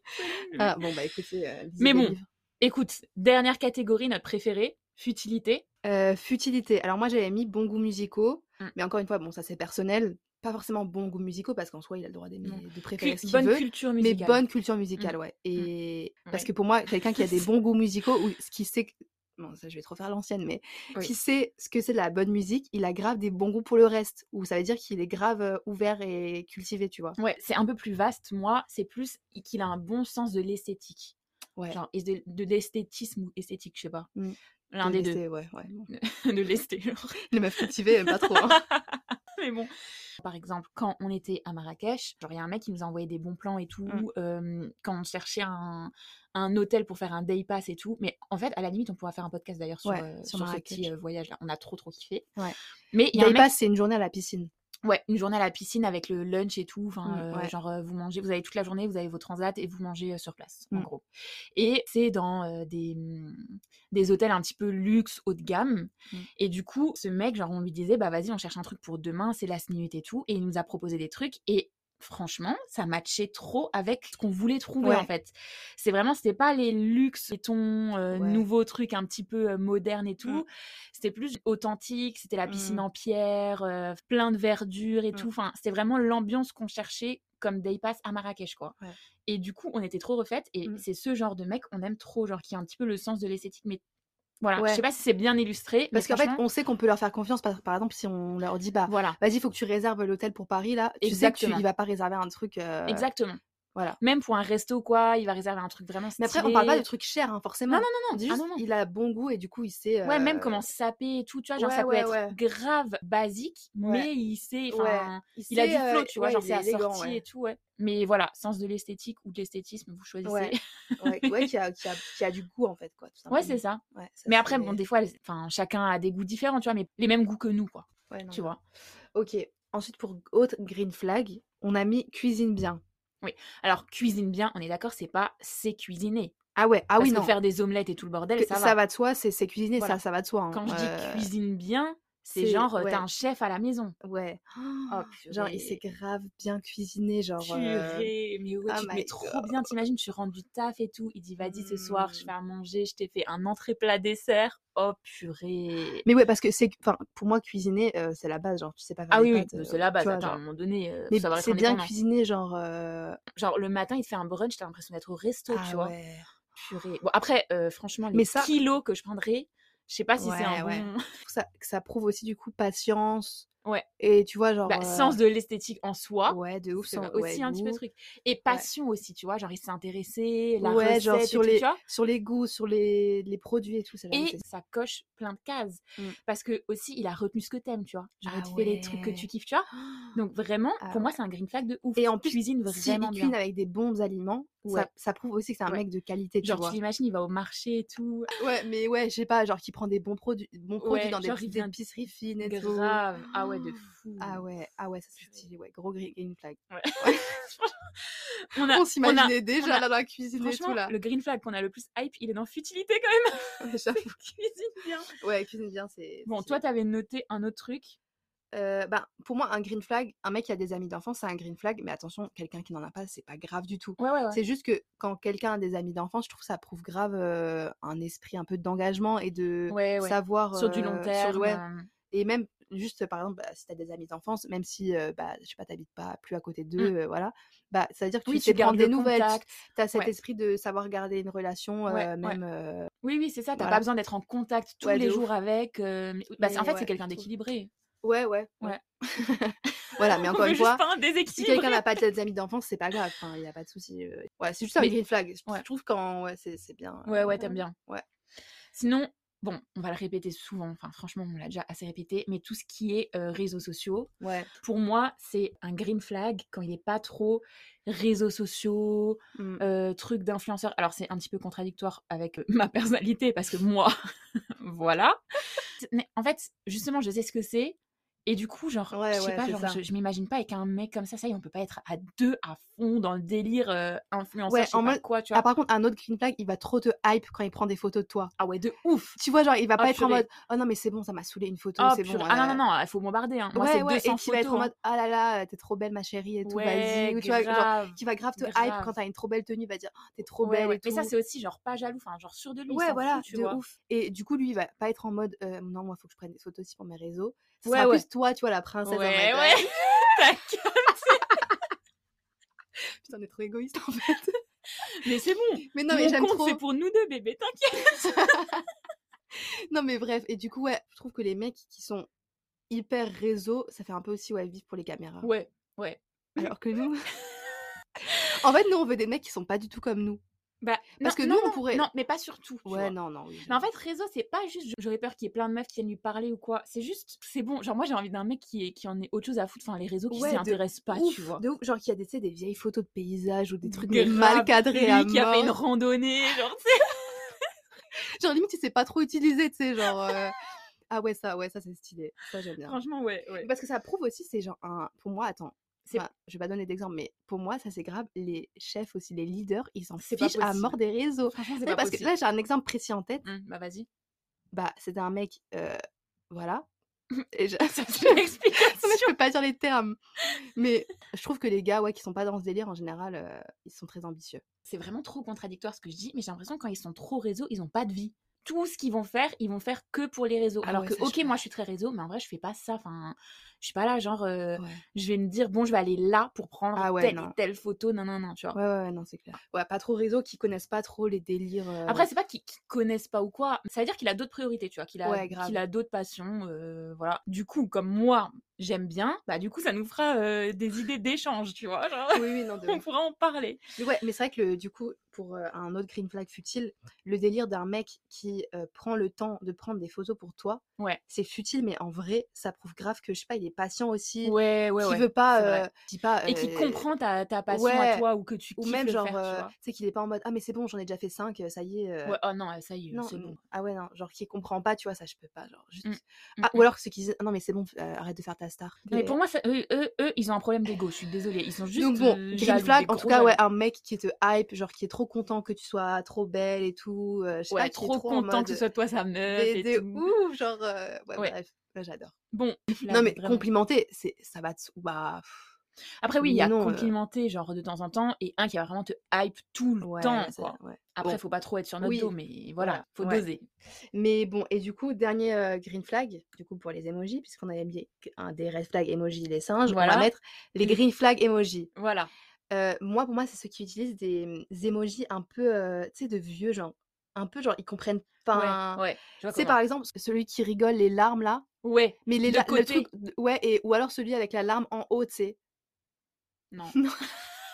Speaker 1: ah, bon bah écoutez, euh, lisez
Speaker 2: Mais
Speaker 1: des
Speaker 2: bon.
Speaker 1: livres.
Speaker 2: Écoute, dernière catégorie, notre préférée, futilité.
Speaker 1: Euh, futilité. Alors moi j'avais mis bon goût musicaux,
Speaker 2: Mm.
Speaker 1: mais encore une fois bon ça c'est personnel, pas forcément bon goût musicaux parce qu'en soi il a le droit d'aimer,
Speaker 2: Non.
Speaker 1: de préférer
Speaker 2: Cu-
Speaker 1: ce qu'il
Speaker 2: Mmh. bonne
Speaker 1: veut.
Speaker 2: culture
Speaker 1: Mais
Speaker 2: musicale. Mmh.
Speaker 1: bonne culture musicale, ouais. Et parce
Speaker 2: Ouais.
Speaker 1: que pour moi, quelqu'un qui a
Speaker 2: [laughs]
Speaker 1: des bons goûts musicaux ou ce qui sait, que- bon, ça je vais trop faire l'ancienne, mais
Speaker 2: Oui.
Speaker 1: qui sait ce que c'est de la bonne musique, il a grave des bons goûts pour le reste. Ou ça veut dire qu'il est grave euh, ouvert et cultivé, tu vois.
Speaker 2: Ouais, c'est un peu plus vaste, moi. C'est plus qu'il a un bon sens de l'esthétique.
Speaker 1: Ouais.
Speaker 2: Genre, et de, de l'esthétisme ou esthétique, je sais pas.
Speaker 1: Mm.
Speaker 2: L'un
Speaker 1: De
Speaker 2: des deux.
Speaker 1: laisser- Ouais, ouais.
Speaker 2: [laughs] de l'esthé, genre.
Speaker 1: Les meufs cultivées, aiment pas trop. hein.
Speaker 2: [laughs] Mais bon. Par exemple, quand on était à Marrakech, genre il y a un mec qui nous a envoyé des bons plans et tout,
Speaker 1: Mm.
Speaker 2: euh, quand on cherchait un, un hôtel pour faire un day pass et tout. Mais en fait, à la limite, on pourra faire un podcast d'ailleurs sur,
Speaker 1: Ouais,
Speaker 2: euh,
Speaker 1: sur
Speaker 2: sur ce
Speaker 1: Marrakech.
Speaker 2: petit euh, voyage-là. On a trop trop kiffé.
Speaker 1: Ouais.
Speaker 2: Mais il y a un
Speaker 1: Day
Speaker 2: mec,
Speaker 1: Pass, c'est une journée à la piscine.
Speaker 2: ouais, une journée à la piscine avec le lunch et tout. Enfin,
Speaker 1: Mm,
Speaker 2: euh,
Speaker 1: ouais.
Speaker 2: genre euh, vous mangez, vous avez toute la journée, vous avez vos transats et vous mangez euh, sur place, en
Speaker 1: Mm.
Speaker 2: gros. Et c'est dans euh, des, hum, des hôtels un petit peu luxe, haut de gamme.
Speaker 1: Mm.
Speaker 2: Et du coup, ce mec, genre, on lui disait, bah vas-y, on cherche un truc pour demain, c'est la nuit et tout. Et il nous a proposé des trucs et Franchement, ça matchait trop avec ce qu'on voulait trouver
Speaker 1: Ouais.
Speaker 2: en fait. C'est vraiment, c'était pas les luxes, les tons euh,
Speaker 1: Ouais.
Speaker 2: nouveaux trucs un petit peu euh, modernes et tout
Speaker 1: Mm.
Speaker 2: c'était plus authentique, c'était la piscine
Speaker 1: Mm.
Speaker 2: en pierre, euh, plein de verdure et
Speaker 1: Mm.
Speaker 2: tout. Enfin, c'était vraiment l'ambiance qu'on cherchait comme day pass à Marrakech, quoi.
Speaker 1: Ouais.
Speaker 2: Et du coup, on était trop refaites. Et
Speaker 1: Mm.
Speaker 2: c'est ce genre de mec on aime trop, genre qui a un petit peu le sens de l'esthétique. Mais voilà, je
Speaker 1: Ouais.
Speaker 2: sais pas si c'est bien illustré,
Speaker 1: Parce
Speaker 2: mais
Speaker 1: qu'en fait,
Speaker 2: franchement,
Speaker 1: on sait qu'on peut leur faire confiance. Par, par exemple, si on leur dit, bah,
Speaker 2: voilà,
Speaker 1: vas-y, faut que tu réserves l'hôtel pour Paris, là, tu sais
Speaker 2: Exactement.
Speaker 1: qu'il va pas réserver un truc. euh,
Speaker 2: exactement.
Speaker 1: Voilà.
Speaker 2: Même pour un resto, quoi, il va réserver un truc vraiment
Speaker 1: Mais
Speaker 2: stylé.
Speaker 1: après, on parle pas de trucs chers, hein, forcément.
Speaker 2: Non, non,
Speaker 1: On
Speaker 2: non,
Speaker 1: dit
Speaker 2: non. Ah,
Speaker 1: juste,
Speaker 2: non, non.
Speaker 1: il a bon goût et du coup, il sait.
Speaker 2: Ouais, même
Speaker 1: euh,
Speaker 2: comment saper et tout, tu vois, genre
Speaker 1: ouais,
Speaker 2: ça peut
Speaker 1: ouais,
Speaker 2: être
Speaker 1: ouais.
Speaker 2: grave basique,
Speaker 1: Ouais.
Speaker 2: mais il sait,
Speaker 1: Ouais.
Speaker 2: enfin, il a
Speaker 1: sait,
Speaker 2: du flow,
Speaker 1: euh,
Speaker 2: tu vois,
Speaker 1: ouais,
Speaker 2: genre
Speaker 1: il
Speaker 2: c'est
Speaker 1: est élégant,
Speaker 2: assorti
Speaker 1: ouais.
Speaker 2: et tout, ouais. Mais voilà, sens de l'esthétique ou de l'esthétisme, vous choisissez.
Speaker 1: Ouais,
Speaker 2: Ouais,
Speaker 1: [laughs] ouais, ouais, qui a, qui a- qui a du goût en fait, quoi. tout
Speaker 2: c'est
Speaker 1: simplement.
Speaker 2: ça.
Speaker 1: Ouais, ça,
Speaker 2: Mais après, bon,
Speaker 1: c'est-
Speaker 2: des fois, les- enfin, chacun a des goûts différents, tu vois, mais les mêmes goûts que nous, quoi,
Speaker 1: ouais, non,
Speaker 2: tu
Speaker 1: grave.
Speaker 2: vois.
Speaker 1: Ok. Ensuite, pour autre green flag, on a mis cuisine bien.
Speaker 2: Alors, cuisine bien, on est d'accord, c'est pas c'est cuisiner.
Speaker 1: Ah ouais, ah
Speaker 2: Parce
Speaker 1: oui,
Speaker 2: que
Speaker 1: non.
Speaker 2: faire des omelettes et tout le bordel,
Speaker 1: Que-
Speaker 2: ça va.
Speaker 1: de soi, c'est c'est cuisiner,
Speaker 2: Voilà.
Speaker 1: ça, ça va de soi. hein.
Speaker 2: Quand je
Speaker 1: Euh,
Speaker 2: dis cuisine bien, c'est
Speaker 1: c'est-
Speaker 2: genre, euh,
Speaker 1: ouais,
Speaker 2: t'as un chef à la maison.
Speaker 1: Ouais.
Speaker 2: Oh,
Speaker 1: [gasps] Genre, il s'est
Speaker 2: purée.
Speaker 1: grave bien cuisiné, genre. euh,
Speaker 2: Purée, mais ouais,
Speaker 1: oh
Speaker 2: tu te
Speaker 1: my
Speaker 2: mets trop bien, t'imagines, tu rentres du taf et tout. Il dit, vas-y, ce soir,
Speaker 1: Mm.
Speaker 2: je fais à manger, je t'ai fait un entrée plat dessert. Oh, purée.
Speaker 1: Mais ouais, parce que c'est, enfin, pour moi, cuisiner, euh, c'est la base. Genre, tu sais pas faire
Speaker 2: Ah
Speaker 1: les
Speaker 2: oui, oui,
Speaker 1: pâtes,
Speaker 2: mais
Speaker 1: euh,
Speaker 2: c'est la
Speaker 1: tu
Speaker 2: base.
Speaker 1: vois,
Speaker 2: Attends, à un
Speaker 1: genre.
Speaker 2: moment donné, euh, faut
Speaker 1: Mais
Speaker 2: savoir être
Speaker 1: c'est bien
Speaker 2: indépendant.
Speaker 1: cuisiné, genre. euh,
Speaker 2: Genre, le matin, il te fait un brunch, t'as l'impression d'être au resto,
Speaker 1: Ah
Speaker 2: tu vois.
Speaker 1: ouais.
Speaker 2: Purée. Bon, après, euh, franchement, les
Speaker 1: Mais ça-
Speaker 2: kilos que je prendrais, je sais pas si c'est
Speaker 1: Ouais,
Speaker 2: un
Speaker 1: ouais.
Speaker 2: bon
Speaker 1: trouve ça, que ça prouve aussi du coup patience.
Speaker 2: Ouais.
Speaker 1: Et tu vois, genre.
Speaker 2: bah,
Speaker 1: euh,
Speaker 2: sens de l'esthétique en soi.
Speaker 1: Ouais, de ouf.
Speaker 2: C'est
Speaker 1: sans-
Speaker 2: aussi
Speaker 1: ouais,
Speaker 2: un petit peu
Speaker 1: goût.
Speaker 2: truc. Et passion aussi, tu vois. Genre, il s'est intéressé, la
Speaker 1: Ouais,
Speaker 2: recette
Speaker 1: genre
Speaker 2: et
Speaker 1: sur
Speaker 2: tout,
Speaker 1: les,
Speaker 2: tu vois.
Speaker 1: sur les goûts, sur les, les produits et tout. Ça, j'avoue,
Speaker 2: et
Speaker 1: c'est-
Speaker 2: [gasps] ça coche plein de cases
Speaker 1: Mm.
Speaker 2: parce que aussi il a retenu ce que t'aimes tu vois genre il
Speaker 1: Ah
Speaker 2: te fait les trucs que
Speaker 1: ouais.
Speaker 2: tu kiffes tu vois donc vraiment
Speaker 1: Ah
Speaker 2: pour moi c'est un green flag de ouf
Speaker 1: Et en plus,
Speaker 2: cuisine
Speaker 1: S'il
Speaker 2: vraiment bien
Speaker 1: cuisine avec des bons aliments,
Speaker 2: Ouais.
Speaker 1: ça, ça prouve aussi que c'est un
Speaker 2: Ouais.
Speaker 1: mec de qualité, tu
Speaker 2: genre
Speaker 1: vois.
Speaker 2: tu l'imagines il va au marché et tout
Speaker 1: Ouais, mais ouais, je sais pas, genre qui prend des bons produits, bons produits
Speaker 2: Ouais,
Speaker 1: dans des
Speaker 2: genre, il
Speaker 1: petites
Speaker 2: vient
Speaker 1: épiceries fines et tout.
Speaker 2: grave ah ouais de fou
Speaker 1: Ah ouais, ah ouais, ça c'est
Speaker 2: Purée.
Speaker 1: stylé, ouais, gros gris- green
Speaker 2: [laughs]
Speaker 1: flag.
Speaker 2: Ouais.
Speaker 1: Ouais.
Speaker 2: on a
Speaker 1: on s'imaginait
Speaker 2: on
Speaker 1: déjà
Speaker 2: a-
Speaker 1: là dans la cuisine et tout
Speaker 2: franchement
Speaker 1: là.
Speaker 2: le green flag qu'on a le plus hype il est dans futilité quand même
Speaker 1: [laughs] Ouais,
Speaker 2: [laughs]
Speaker 1: j'avoue.
Speaker 2: C'est cuisine bien
Speaker 1: Ouais, cuisine bien, c'est.
Speaker 2: bon
Speaker 1: stylé.
Speaker 2: toi t'avais noté un autre truc
Speaker 1: Euh, bah, pour moi, un green flag, un mec qui a des amis d'enfance, c'est un green flag. Mais attention, quelqu'un qui n'en a pas, c'est pas grave du tout.
Speaker 2: ouais ouais ouais
Speaker 1: C'est juste que quand quelqu'un a des amis d'enfance, je trouve que ça prouve grave euh, un esprit un peu d'engagement et de
Speaker 2: ouais ouais
Speaker 1: savoir
Speaker 2: sur du long
Speaker 1: euh, sur-
Speaker 2: terme
Speaker 1: ouais.
Speaker 2: euh,
Speaker 1: Et même juste par exemple, bah, si t'as des amis d'enfance, même si euh, bah, je sais pas, t'habites pas plus à côté d'eux, euh, voilà, bah ça veut dire que
Speaker 2: Mmh. oui
Speaker 1: tu sais
Speaker 2: tu gardes
Speaker 1: prendre des
Speaker 2: le
Speaker 1: nouvelles, tu-
Speaker 2: contact
Speaker 1: t'as cet
Speaker 2: Ouais.
Speaker 1: esprit de savoir garder une relation,
Speaker 2: Ouais,
Speaker 1: euh,
Speaker 2: ouais.
Speaker 1: même euh,
Speaker 2: Oui, oui, c'est ça. T'as pas
Speaker 1: voilà.
Speaker 2: besoin d'être en contact tous
Speaker 1: Ouais, de
Speaker 2: les
Speaker 1: ouf.
Speaker 2: jours avec. euh, mais- bah, c'est- en
Speaker 1: Mais
Speaker 2: fait,
Speaker 1: ouais,
Speaker 2: c'est quelqu'un
Speaker 1: je trouve.
Speaker 2: d'équilibré.
Speaker 1: Ouais, ouais,
Speaker 2: Ouais.
Speaker 1: [laughs] voilà, mais
Speaker 2: [laughs] On
Speaker 1: encore
Speaker 2: veut
Speaker 1: une
Speaker 2: juste
Speaker 1: fois,
Speaker 2: pas un
Speaker 1: si
Speaker 2: déséquilibre.
Speaker 1: quelqu'un n'a pas des amis d'enfance, c'est pas grave, il n'y a pas de souci. euh. Ouais, c'est juste un
Speaker 2: Mais-
Speaker 1: green flag. Je
Speaker 2: ouais.
Speaker 1: trouve quand ouais, c'est c'est bien.
Speaker 2: Ouais, ouais,
Speaker 1: euh,
Speaker 2: t'aimes bien.
Speaker 1: Ouais.
Speaker 2: Sinon, bon, on va le répéter souvent. Enfin, franchement, on l'a déjà assez répété. Mais tout ce qui est euh, réseaux sociaux,
Speaker 1: Ouais.
Speaker 2: pour moi, c'est un green flag quand il est pas trop réseaux sociaux,
Speaker 1: Mm.
Speaker 2: euh, trucs d'influenceurs. Alors, c'est un petit peu contradictoire avec euh, [laughs] ma [laughs] personnalité parce que moi, voilà. Mais en fait, justement, je sais ce que c'est. Et du coup, genre,
Speaker 1: Ouais,
Speaker 2: je sais
Speaker 1: ouais,
Speaker 2: pas,
Speaker 1: c'est
Speaker 2: genre,
Speaker 1: ça.
Speaker 2: je, je m'imagine pas avec un mec comme ça, ça y est, on peut pas être à deux à fond dans le délire euh, influenceur,
Speaker 1: Ouais,
Speaker 2: je sais
Speaker 1: en
Speaker 2: pas
Speaker 1: mode-
Speaker 2: quoi, tu vois.
Speaker 1: Ah, par contre, un autre green flag, il va trop te hype quand il prend des photos de toi.
Speaker 2: Ah ouais, de ouf
Speaker 1: Tu vois, genre, il va pas
Speaker 2: Ah,
Speaker 1: être en
Speaker 2: purée.
Speaker 1: mode Oh non, mais c'est bon, ça m'a saoulé une photo,
Speaker 2: Oh,
Speaker 1: c'est
Speaker 2: purée.
Speaker 1: bon.
Speaker 2: Ah
Speaker 1: euh,
Speaker 2: non, non, non, il faut bombarder, hein. Moi,
Speaker 1: ouais,
Speaker 2: c'est
Speaker 1: ouais,
Speaker 2: 200
Speaker 1: et qui va être en
Speaker 2: photos, hein.
Speaker 1: mode Ah là là, t'es trop belle, ma chérie, et tout,
Speaker 2: Ouais,
Speaker 1: vas-y. Ou tu vois, genre,
Speaker 2: grave.
Speaker 1: qui va grave te hype
Speaker 2: grave.
Speaker 1: quand t'as une trop belle tenue, va dire Oh, T'es trop
Speaker 2: Ouais,
Speaker 1: belle
Speaker 2: ouais.
Speaker 1: et tout.
Speaker 2: Mais ça, c'est aussi genre pas jaloux, enfin, genre sûr de lui, il
Speaker 1: Ouais,
Speaker 2: s'en
Speaker 1: voilà,
Speaker 2: fout, tu
Speaker 1: de
Speaker 2: vois.
Speaker 1: ouf. Et du coup, lui, il va pas être en mode euh, non, moi, faut que je prenne des photos aussi pour mes réseaux. Ça
Speaker 2: Ouais,
Speaker 1: sera
Speaker 2: ouais.
Speaker 1: plus toi, tu vois, la princesse. en
Speaker 2: Ouais,
Speaker 1: mode,
Speaker 2: ouais.
Speaker 1: euh,
Speaker 2: Ta gueule.
Speaker 1: «Ah, Putain, on est trop égoïste en fait. [laughs]
Speaker 2: mais c'est bon.
Speaker 1: [laughs] Mais non,
Speaker 2: Mon
Speaker 1: mais j'aime
Speaker 2: compte,
Speaker 1: trop.
Speaker 2: c'est pour nous deux, bébé, t'inquiète.
Speaker 1: Non, mais bref. Et du coup, ouais, je trouve que les mecs qui sont hyper réseau, ça fait un peu aussi, ouais, vivre pour les caméras.
Speaker 2: Ouais, ouais.
Speaker 1: Alors que nous. [laughs] en fait, nous, on veut des mecs qui sont pas du tout comme nous.
Speaker 2: Bah,
Speaker 1: Parce
Speaker 2: non,
Speaker 1: que
Speaker 2: non,
Speaker 1: nous, on
Speaker 2: non,
Speaker 1: pourrait-
Speaker 2: Non, mais pas surtout. tu vois.
Speaker 1: Ouais, non, non. oui,
Speaker 2: Mais en
Speaker 1: j'avoue.
Speaker 2: fait, réseau, c'est pas juste je- j'aurais peur qu'il y ait plein de meufs qui viennent lui parler ou quoi. C'est juste, c'est bon. Genre, moi, j'ai envie d'un mec qui, est, qui en ait autre chose à foutre. Enfin, les réseaux qui
Speaker 1: Ouais,
Speaker 2: s'y
Speaker 1: de
Speaker 2: intéressent pas,
Speaker 1: Ouf,
Speaker 2: tu vois.
Speaker 1: de ouf, genre qu'il y a des, tu sais, des vieilles photos de paysages ou des trucs mais
Speaker 2: Grave,
Speaker 1: mal cadrés
Speaker 2: Lui
Speaker 1: à
Speaker 2: qui a fait une
Speaker 1: mort.
Speaker 2: randonnée, genre, tu sais.
Speaker 1: [laughs] Genre limite il sait pas trop utiliser, tu sais, genre [laughs] euh, ah ouais ça, ouais ça c'est stylé, ça j'aime bien.
Speaker 2: Franchement, ouais, ouais.
Speaker 1: Parce que ça prouve aussi, c'est genre un. Pour moi, attends.
Speaker 2: C'est-
Speaker 1: enfin, je vais pas donner d'exemple, mais pour moi, ça c'est grave. Les chefs aussi, les leaders, ils s'en
Speaker 2: C'est pas
Speaker 1: fichent à
Speaker 2: possible.
Speaker 1: mort des réseaux.
Speaker 2: Franchement, c'est
Speaker 1: Non,
Speaker 2: pas
Speaker 1: parce
Speaker 2: possible.
Speaker 1: que là, j'ai un exemple précis en tête.
Speaker 2: Hum, bah,
Speaker 1: [laughs]
Speaker 2: vas-y.
Speaker 1: Bah, c'était un mec, euh, [laughs] voilà. Et je...
Speaker 2: Ça, c'est une explication.
Speaker 1: Non, mais je peux pas dire les termes. Mais je trouve que les gars, ouais, qui sont pas dans ce délire en général, euh, ils sont très ambitieux.
Speaker 2: c'est vraiment trop contradictoire ce que je dis, mais j'ai l'impression que quand ils sont trop réseaux, ils n'ont pas de vie. Tout ce qu'ils vont faire, ils vont faire que pour les réseaux.
Speaker 1: Ah
Speaker 2: Alors
Speaker 1: ouais,
Speaker 2: que,
Speaker 1: ça, je
Speaker 2: ok,
Speaker 1: suis
Speaker 2: moi je suis très réseau, mais en vrai je fais pas ça. Enfin, je suis pas là, genre, euh,
Speaker 1: Ouais.
Speaker 2: je vais me dire, bon, je vais aller là pour prendre
Speaker 1: Ah ouais,
Speaker 2: telle
Speaker 1: non.
Speaker 2: et telle photo. Non, non, non, tu vois.
Speaker 1: Ouais, ouais, ouais, non, c'est clair. Ouais, pas trop réseau, qui connaissent pas trop les délires. euh,
Speaker 2: Après, c'est pas qu'ils qu'ils connaissent pas ou quoi, ça veut dire qu'il a d'autres priorités, tu vois, qu'il a,
Speaker 1: Ouais, grave.
Speaker 2: qu'il a d'autres passions, euh, voilà. Du coup, comme moi, j'aime bien, bah du coup, ça nous fera euh, des idées d'échange, tu vois, genre,
Speaker 1: Oui, oui, non, de
Speaker 2: [laughs] on
Speaker 1: ouf.
Speaker 2: pourra en parler.
Speaker 1: Mais ouais, mais c'est vrai que le- du coup, pour euh, un autre green flag futile, le délire d'un mec qui euh, prend le temps de prendre des photos pour toi,
Speaker 2: Ouais.
Speaker 1: c'est futile, mais en vrai, ça prouve grave que je sais pas, il est patient aussi,
Speaker 2: Ouais, ouais,
Speaker 1: qui
Speaker 2: ouais.
Speaker 1: veut pas,
Speaker 2: c'est vrai.
Speaker 1: euh, qui pas,
Speaker 2: et qui
Speaker 1: euh,
Speaker 2: comprend ta, ta passion à
Speaker 1: ouais.
Speaker 2: toi ou que tu
Speaker 1: ou
Speaker 2: kiffes
Speaker 1: même
Speaker 2: le
Speaker 1: genre,
Speaker 2: faire, tu
Speaker 1: euh,
Speaker 2: vois.
Speaker 1: tu sais qu'il est pas en mode ah mais c'est bon, j'en ai déjà fait 5, ça y est. euh,
Speaker 2: Ouais, oh non, ça y est,
Speaker 1: Non,
Speaker 2: c'est bon.
Speaker 1: non. ah ouais, non, genre qui comprend pas, tu vois, ça je peux pas, genre juste.
Speaker 2: Mm,
Speaker 1: Ah,
Speaker 2: Mm,
Speaker 1: ou
Speaker 2: mm.
Speaker 1: alors ceux qui disent, ah non, mais c'est bon, f- euh, arrête de faire ta star.
Speaker 2: Non, mais
Speaker 1: Des-
Speaker 2: pour moi, ça- eux, eux, eux, ils ont un problème d'ego, je suis désolée. Ils sont juste.
Speaker 1: Donc bon,
Speaker 2: euh,
Speaker 1: green
Speaker 2: jaloux,
Speaker 1: flag,
Speaker 2: des
Speaker 1: en tout
Speaker 2: gros
Speaker 1: cas, ouais,
Speaker 2: jaloux.
Speaker 1: un mec qui te hype, genre qui est trop content que tu sois trop belle et tout, euh, je sais pas, qui
Speaker 2: Ouais,
Speaker 1: est
Speaker 2: trop
Speaker 1: en
Speaker 2: content que ce
Speaker 1: mode,
Speaker 2: soit toi sa meuf.
Speaker 1: des,
Speaker 2: Et
Speaker 1: des
Speaker 2: tout.
Speaker 1: ouf, genre, euh, ouais,
Speaker 2: Ouais.
Speaker 1: bref, moi, j'adore.
Speaker 2: Bon, [laughs]
Speaker 1: non
Speaker 2: flag,
Speaker 1: mais
Speaker 2: vraiment.
Speaker 1: complimenter, c'est, ça va, de sou- bah, pff,
Speaker 2: Après, oui,
Speaker 1: oui
Speaker 2: il y
Speaker 1: et
Speaker 2: a
Speaker 1: non, euh.
Speaker 2: complimenter, genre de temps en temps, et un qui va vraiment te hype tout le
Speaker 1: ouais,
Speaker 2: temps,
Speaker 1: ça-
Speaker 2: quoi.
Speaker 1: ouais.
Speaker 2: Après,
Speaker 1: Bon.
Speaker 2: faut pas trop être sur notre
Speaker 1: Oui,
Speaker 2: dos, mais voilà,
Speaker 1: voilà,
Speaker 2: faut
Speaker 1: ouais.
Speaker 2: doser.
Speaker 1: Mais bon, et du coup, dernier euh, green flag, du coup pour les emojis, puisqu'on avait mis un des red flags emojis les singes, on
Speaker 2: Voilà.
Speaker 1: va mettre
Speaker 2: [laughs]
Speaker 1: les
Speaker 2: Les-
Speaker 1: green flags emojis.
Speaker 2: Voilà.
Speaker 1: Euh, moi, pour moi, c'est ceux qui utilisent des mm, emojis un peu, euh, tu sais, de vieux, genre, un peu genre, ils comprennent pas.
Speaker 2: Ouais, ouais. Je vois
Speaker 1: Tu sais,
Speaker 2: comment.
Speaker 1: par exemple, celui qui rigole les larmes là, [laughs]
Speaker 2: Ouais.
Speaker 1: mais les
Speaker 2: de
Speaker 1: la- le
Speaker 2: côté.
Speaker 1: truc, de- ouais, et, ou alors celui avec la larme en haut, tu sais.
Speaker 2: Non.
Speaker 1: Non.
Speaker 2: [laughs]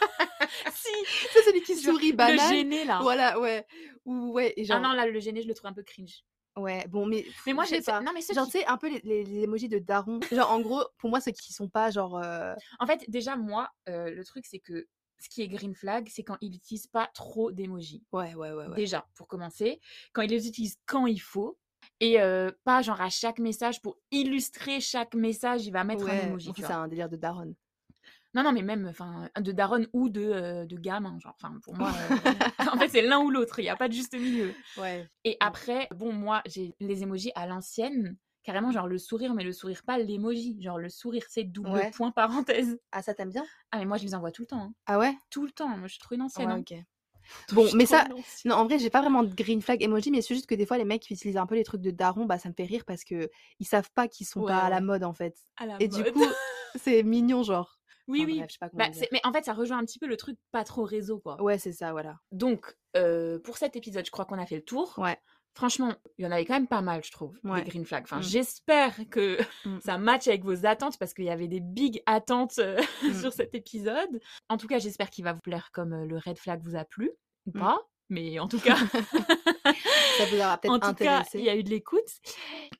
Speaker 2: si.
Speaker 1: C'est celui qui
Speaker 2: [laughs] Genre,
Speaker 1: sourit
Speaker 2: Le
Speaker 1: banal.
Speaker 2: gêné, là.
Speaker 1: Voilà, ouais. Ou ouais, et
Speaker 2: Ah
Speaker 1: genre,
Speaker 2: non, là, le gêné, je le trouve un peu cringe.
Speaker 1: ouais, bon, mais.
Speaker 2: Mais
Speaker 1: pff,
Speaker 2: moi,
Speaker 1: je
Speaker 2: j'ai-
Speaker 1: sais pas.
Speaker 2: Non, mais ceux
Speaker 1: Genre,
Speaker 2: qui-
Speaker 1: tu sais, un peu les, les, les emojis de daron. Genre, en gros, pour moi, ceux qui sont pas, genre. euh,
Speaker 2: En fait, déjà, moi, euh, le truc, c'est que ce qui est green flag, c'est quand il n'utilise pas trop d'émojis.
Speaker 1: Ouais, ouais, ouais, ouais.
Speaker 2: Déjà, pour commencer. Quand il les utilise quand il faut. Et euh, pas genre à chaque message, pour illustrer chaque message, il va mettre un
Speaker 1: Ouais,
Speaker 2: emoji.
Speaker 1: bon,
Speaker 2: tu
Speaker 1: ça, c'est
Speaker 2: vois.
Speaker 1: un délire de daron.
Speaker 2: Non, non, mais même enfin, de daronne ou de, euh, de gamin. Genre, enfin, pour
Speaker 1: [laughs]
Speaker 2: moi, euh, [laughs] en fait, c'est l'un ou l'autre. Il n'y a pas de juste milieu.
Speaker 1: Ouais.
Speaker 2: Et
Speaker 1: Ouais.
Speaker 2: après, bon, moi, j'ai les émojis à l'ancienne, carrément, genre le sourire, mais le sourire, pas l'émoji. Genre le sourire, c'est double
Speaker 1: Ouais.
Speaker 2: point parenthèse.
Speaker 1: Ah, ça t'aime bien
Speaker 2: Ah, mais moi, je les envoie tout le temps. hein.
Speaker 1: Ah ouais
Speaker 2: Tout le temps. Moi, je suis trop une ancienne.
Speaker 1: Ouais,
Speaker 2: hein.
Speaker 1: ok.
Speaker 2: [laughs] Je
Speaker 1: Bon,
Speaker 2: suis
Speaker 1: mais
Speaker 2: trop
Speaker 1: ça,
Speaker 2: une ancienne.
Speaker 1: Non, en vrai, j'ai pas vraiment de green flag emoji, mais c'est juste que des fois, les mecs qui utilisent un peu les trucs de daron, bah, ça me fait rire parce que ils savent pas qu'ils sont
Speaker 2: Ouais,
Speaker 1: pas à la
Speaker 2: ouais.
Speaker 1: mode en fait.
Speaker 2: À la
Speaker 1: Et du
Speaker 2: mode.
Speaker 1: coup, c'est mignon, [laughs] genre.
Speaker 2: oui,
Speaker 1: Enfin,
Speaker 2: [laughs] oui.
Speaker 1: bref, je sais pas comment
Speaker 2: Bah,
Speaker 1: dire.
Speaker 2: c'est- mais en fait, ça rejoint un petit peu le truc pas trop réseau, quoi.
Speaker 1: Ouais, c'est ça, voilà.
Speaker 2: Donc, euh, pour cet épisode, je crois qu'on a fait le tour.
Speaker 1: Ouais.
Speaker 2: Franchement, il y en avait quand même pas mal, je trouve,
Speaker 1: Ouais.
Speaker 2: des green flags. Enfin,
Speaker 1: Mm.
Speaker 2: j'espère que
Speaker 1: Mm.
Speaker 2: ça matche avec vos attentes parce qu'il y avait des big attentes euh,
Speaker 1: Mm.
Speaker 2: [laughs] sur cet épisode. En tout cas, j'espère qu'il va vous plaire comme euh, le red flag vous a plu ou
Speaker 1: Mm.
Speaker 2: pas. Mais en tout cas,
Speaker 1: Ça vous aura peut-être
Speaker 2: en tout cas, il
Speaker 1: intéressé.
Speaker 2: y a eu de l'écoute.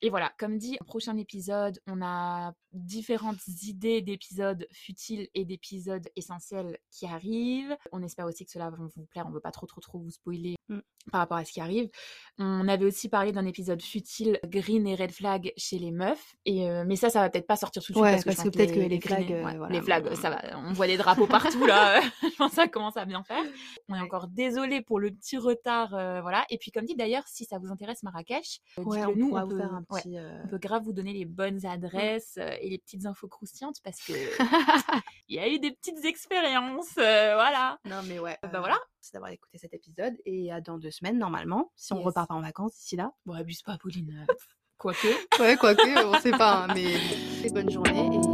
Speaker 2: Et voilà, comme dit, prochain épisode, on a différentes idées d'épisodes futiles et d'épisodes essentiels qui arrivent. On espère aussi que cela va vous plaire. On veut pas trop, trop, trop vous spoiler
Speaker 1: Mm.
Speaker 2: par rapport à ce qui arrive. On avait aussi parlé d'un épisode futile green et red flag chez les meufs. Et euh, mais ça, ça va peut-être pas sortir tout de suite.
Speaker 1: Ouais,
Speaker 2: parce que, je
Speaker 1: parce
Speaker 2: pense
Speaker 1: que peut-être
Speaker 2: les-
Speaker 1: que les
Speaker 2: green et-
Speaker 1: flags, euh,
Speaker 2: ouais,
Speaker 1: voilà,
Speaker 2: les flags,
Speaker 1: bon.
Speaker 2: ça va. On voit les drapeaux partout là. [laughs] je pense que ça commence à bien faire. On est
Speaker 1: Ouais.
Speaker 2: encore désolé pour le petit retard, euh, voilà. Et puis comme dit d'ailleurs, si ça vous intéresse Marrakech, euh,
Speaker 1: Ouais,
Speaker 2: dites-le
Speaker 1: on
Speaker 2: nous,
Speaker 1: pourra
Speaker 2: on
Speaker 1: vous
Speaker 2: peut,
Speaker 1: faire un
Speaker 2: ouais,
Speaker 1: petit. euh,
Speaker 2: on peut grave vous donner les bonnes adresses euh, et les petites infos croustillantes parce
Speaker 1: [laughs]
Speaker 2: que il y a eu des petites expériences, euh, voilà.
Speaker 1: Non, mais ouais.
Speaker 2: Bah
Speaker 1: euh,
Speaker 2: voilà.
Speaker 1: Merci d'avoir écouté cet épisode et à dans deux semaines normalement, si on
Speaker 2: Yes.
Speaker 1: repart pas en vacances d'ici là.
Speaker 2: Bon, abuse pas, Pauline. [laughs] Quoique.
Speaker 1: [laughs] Ouais, quoique, on sait pas, mais hein, bonne journée et euh,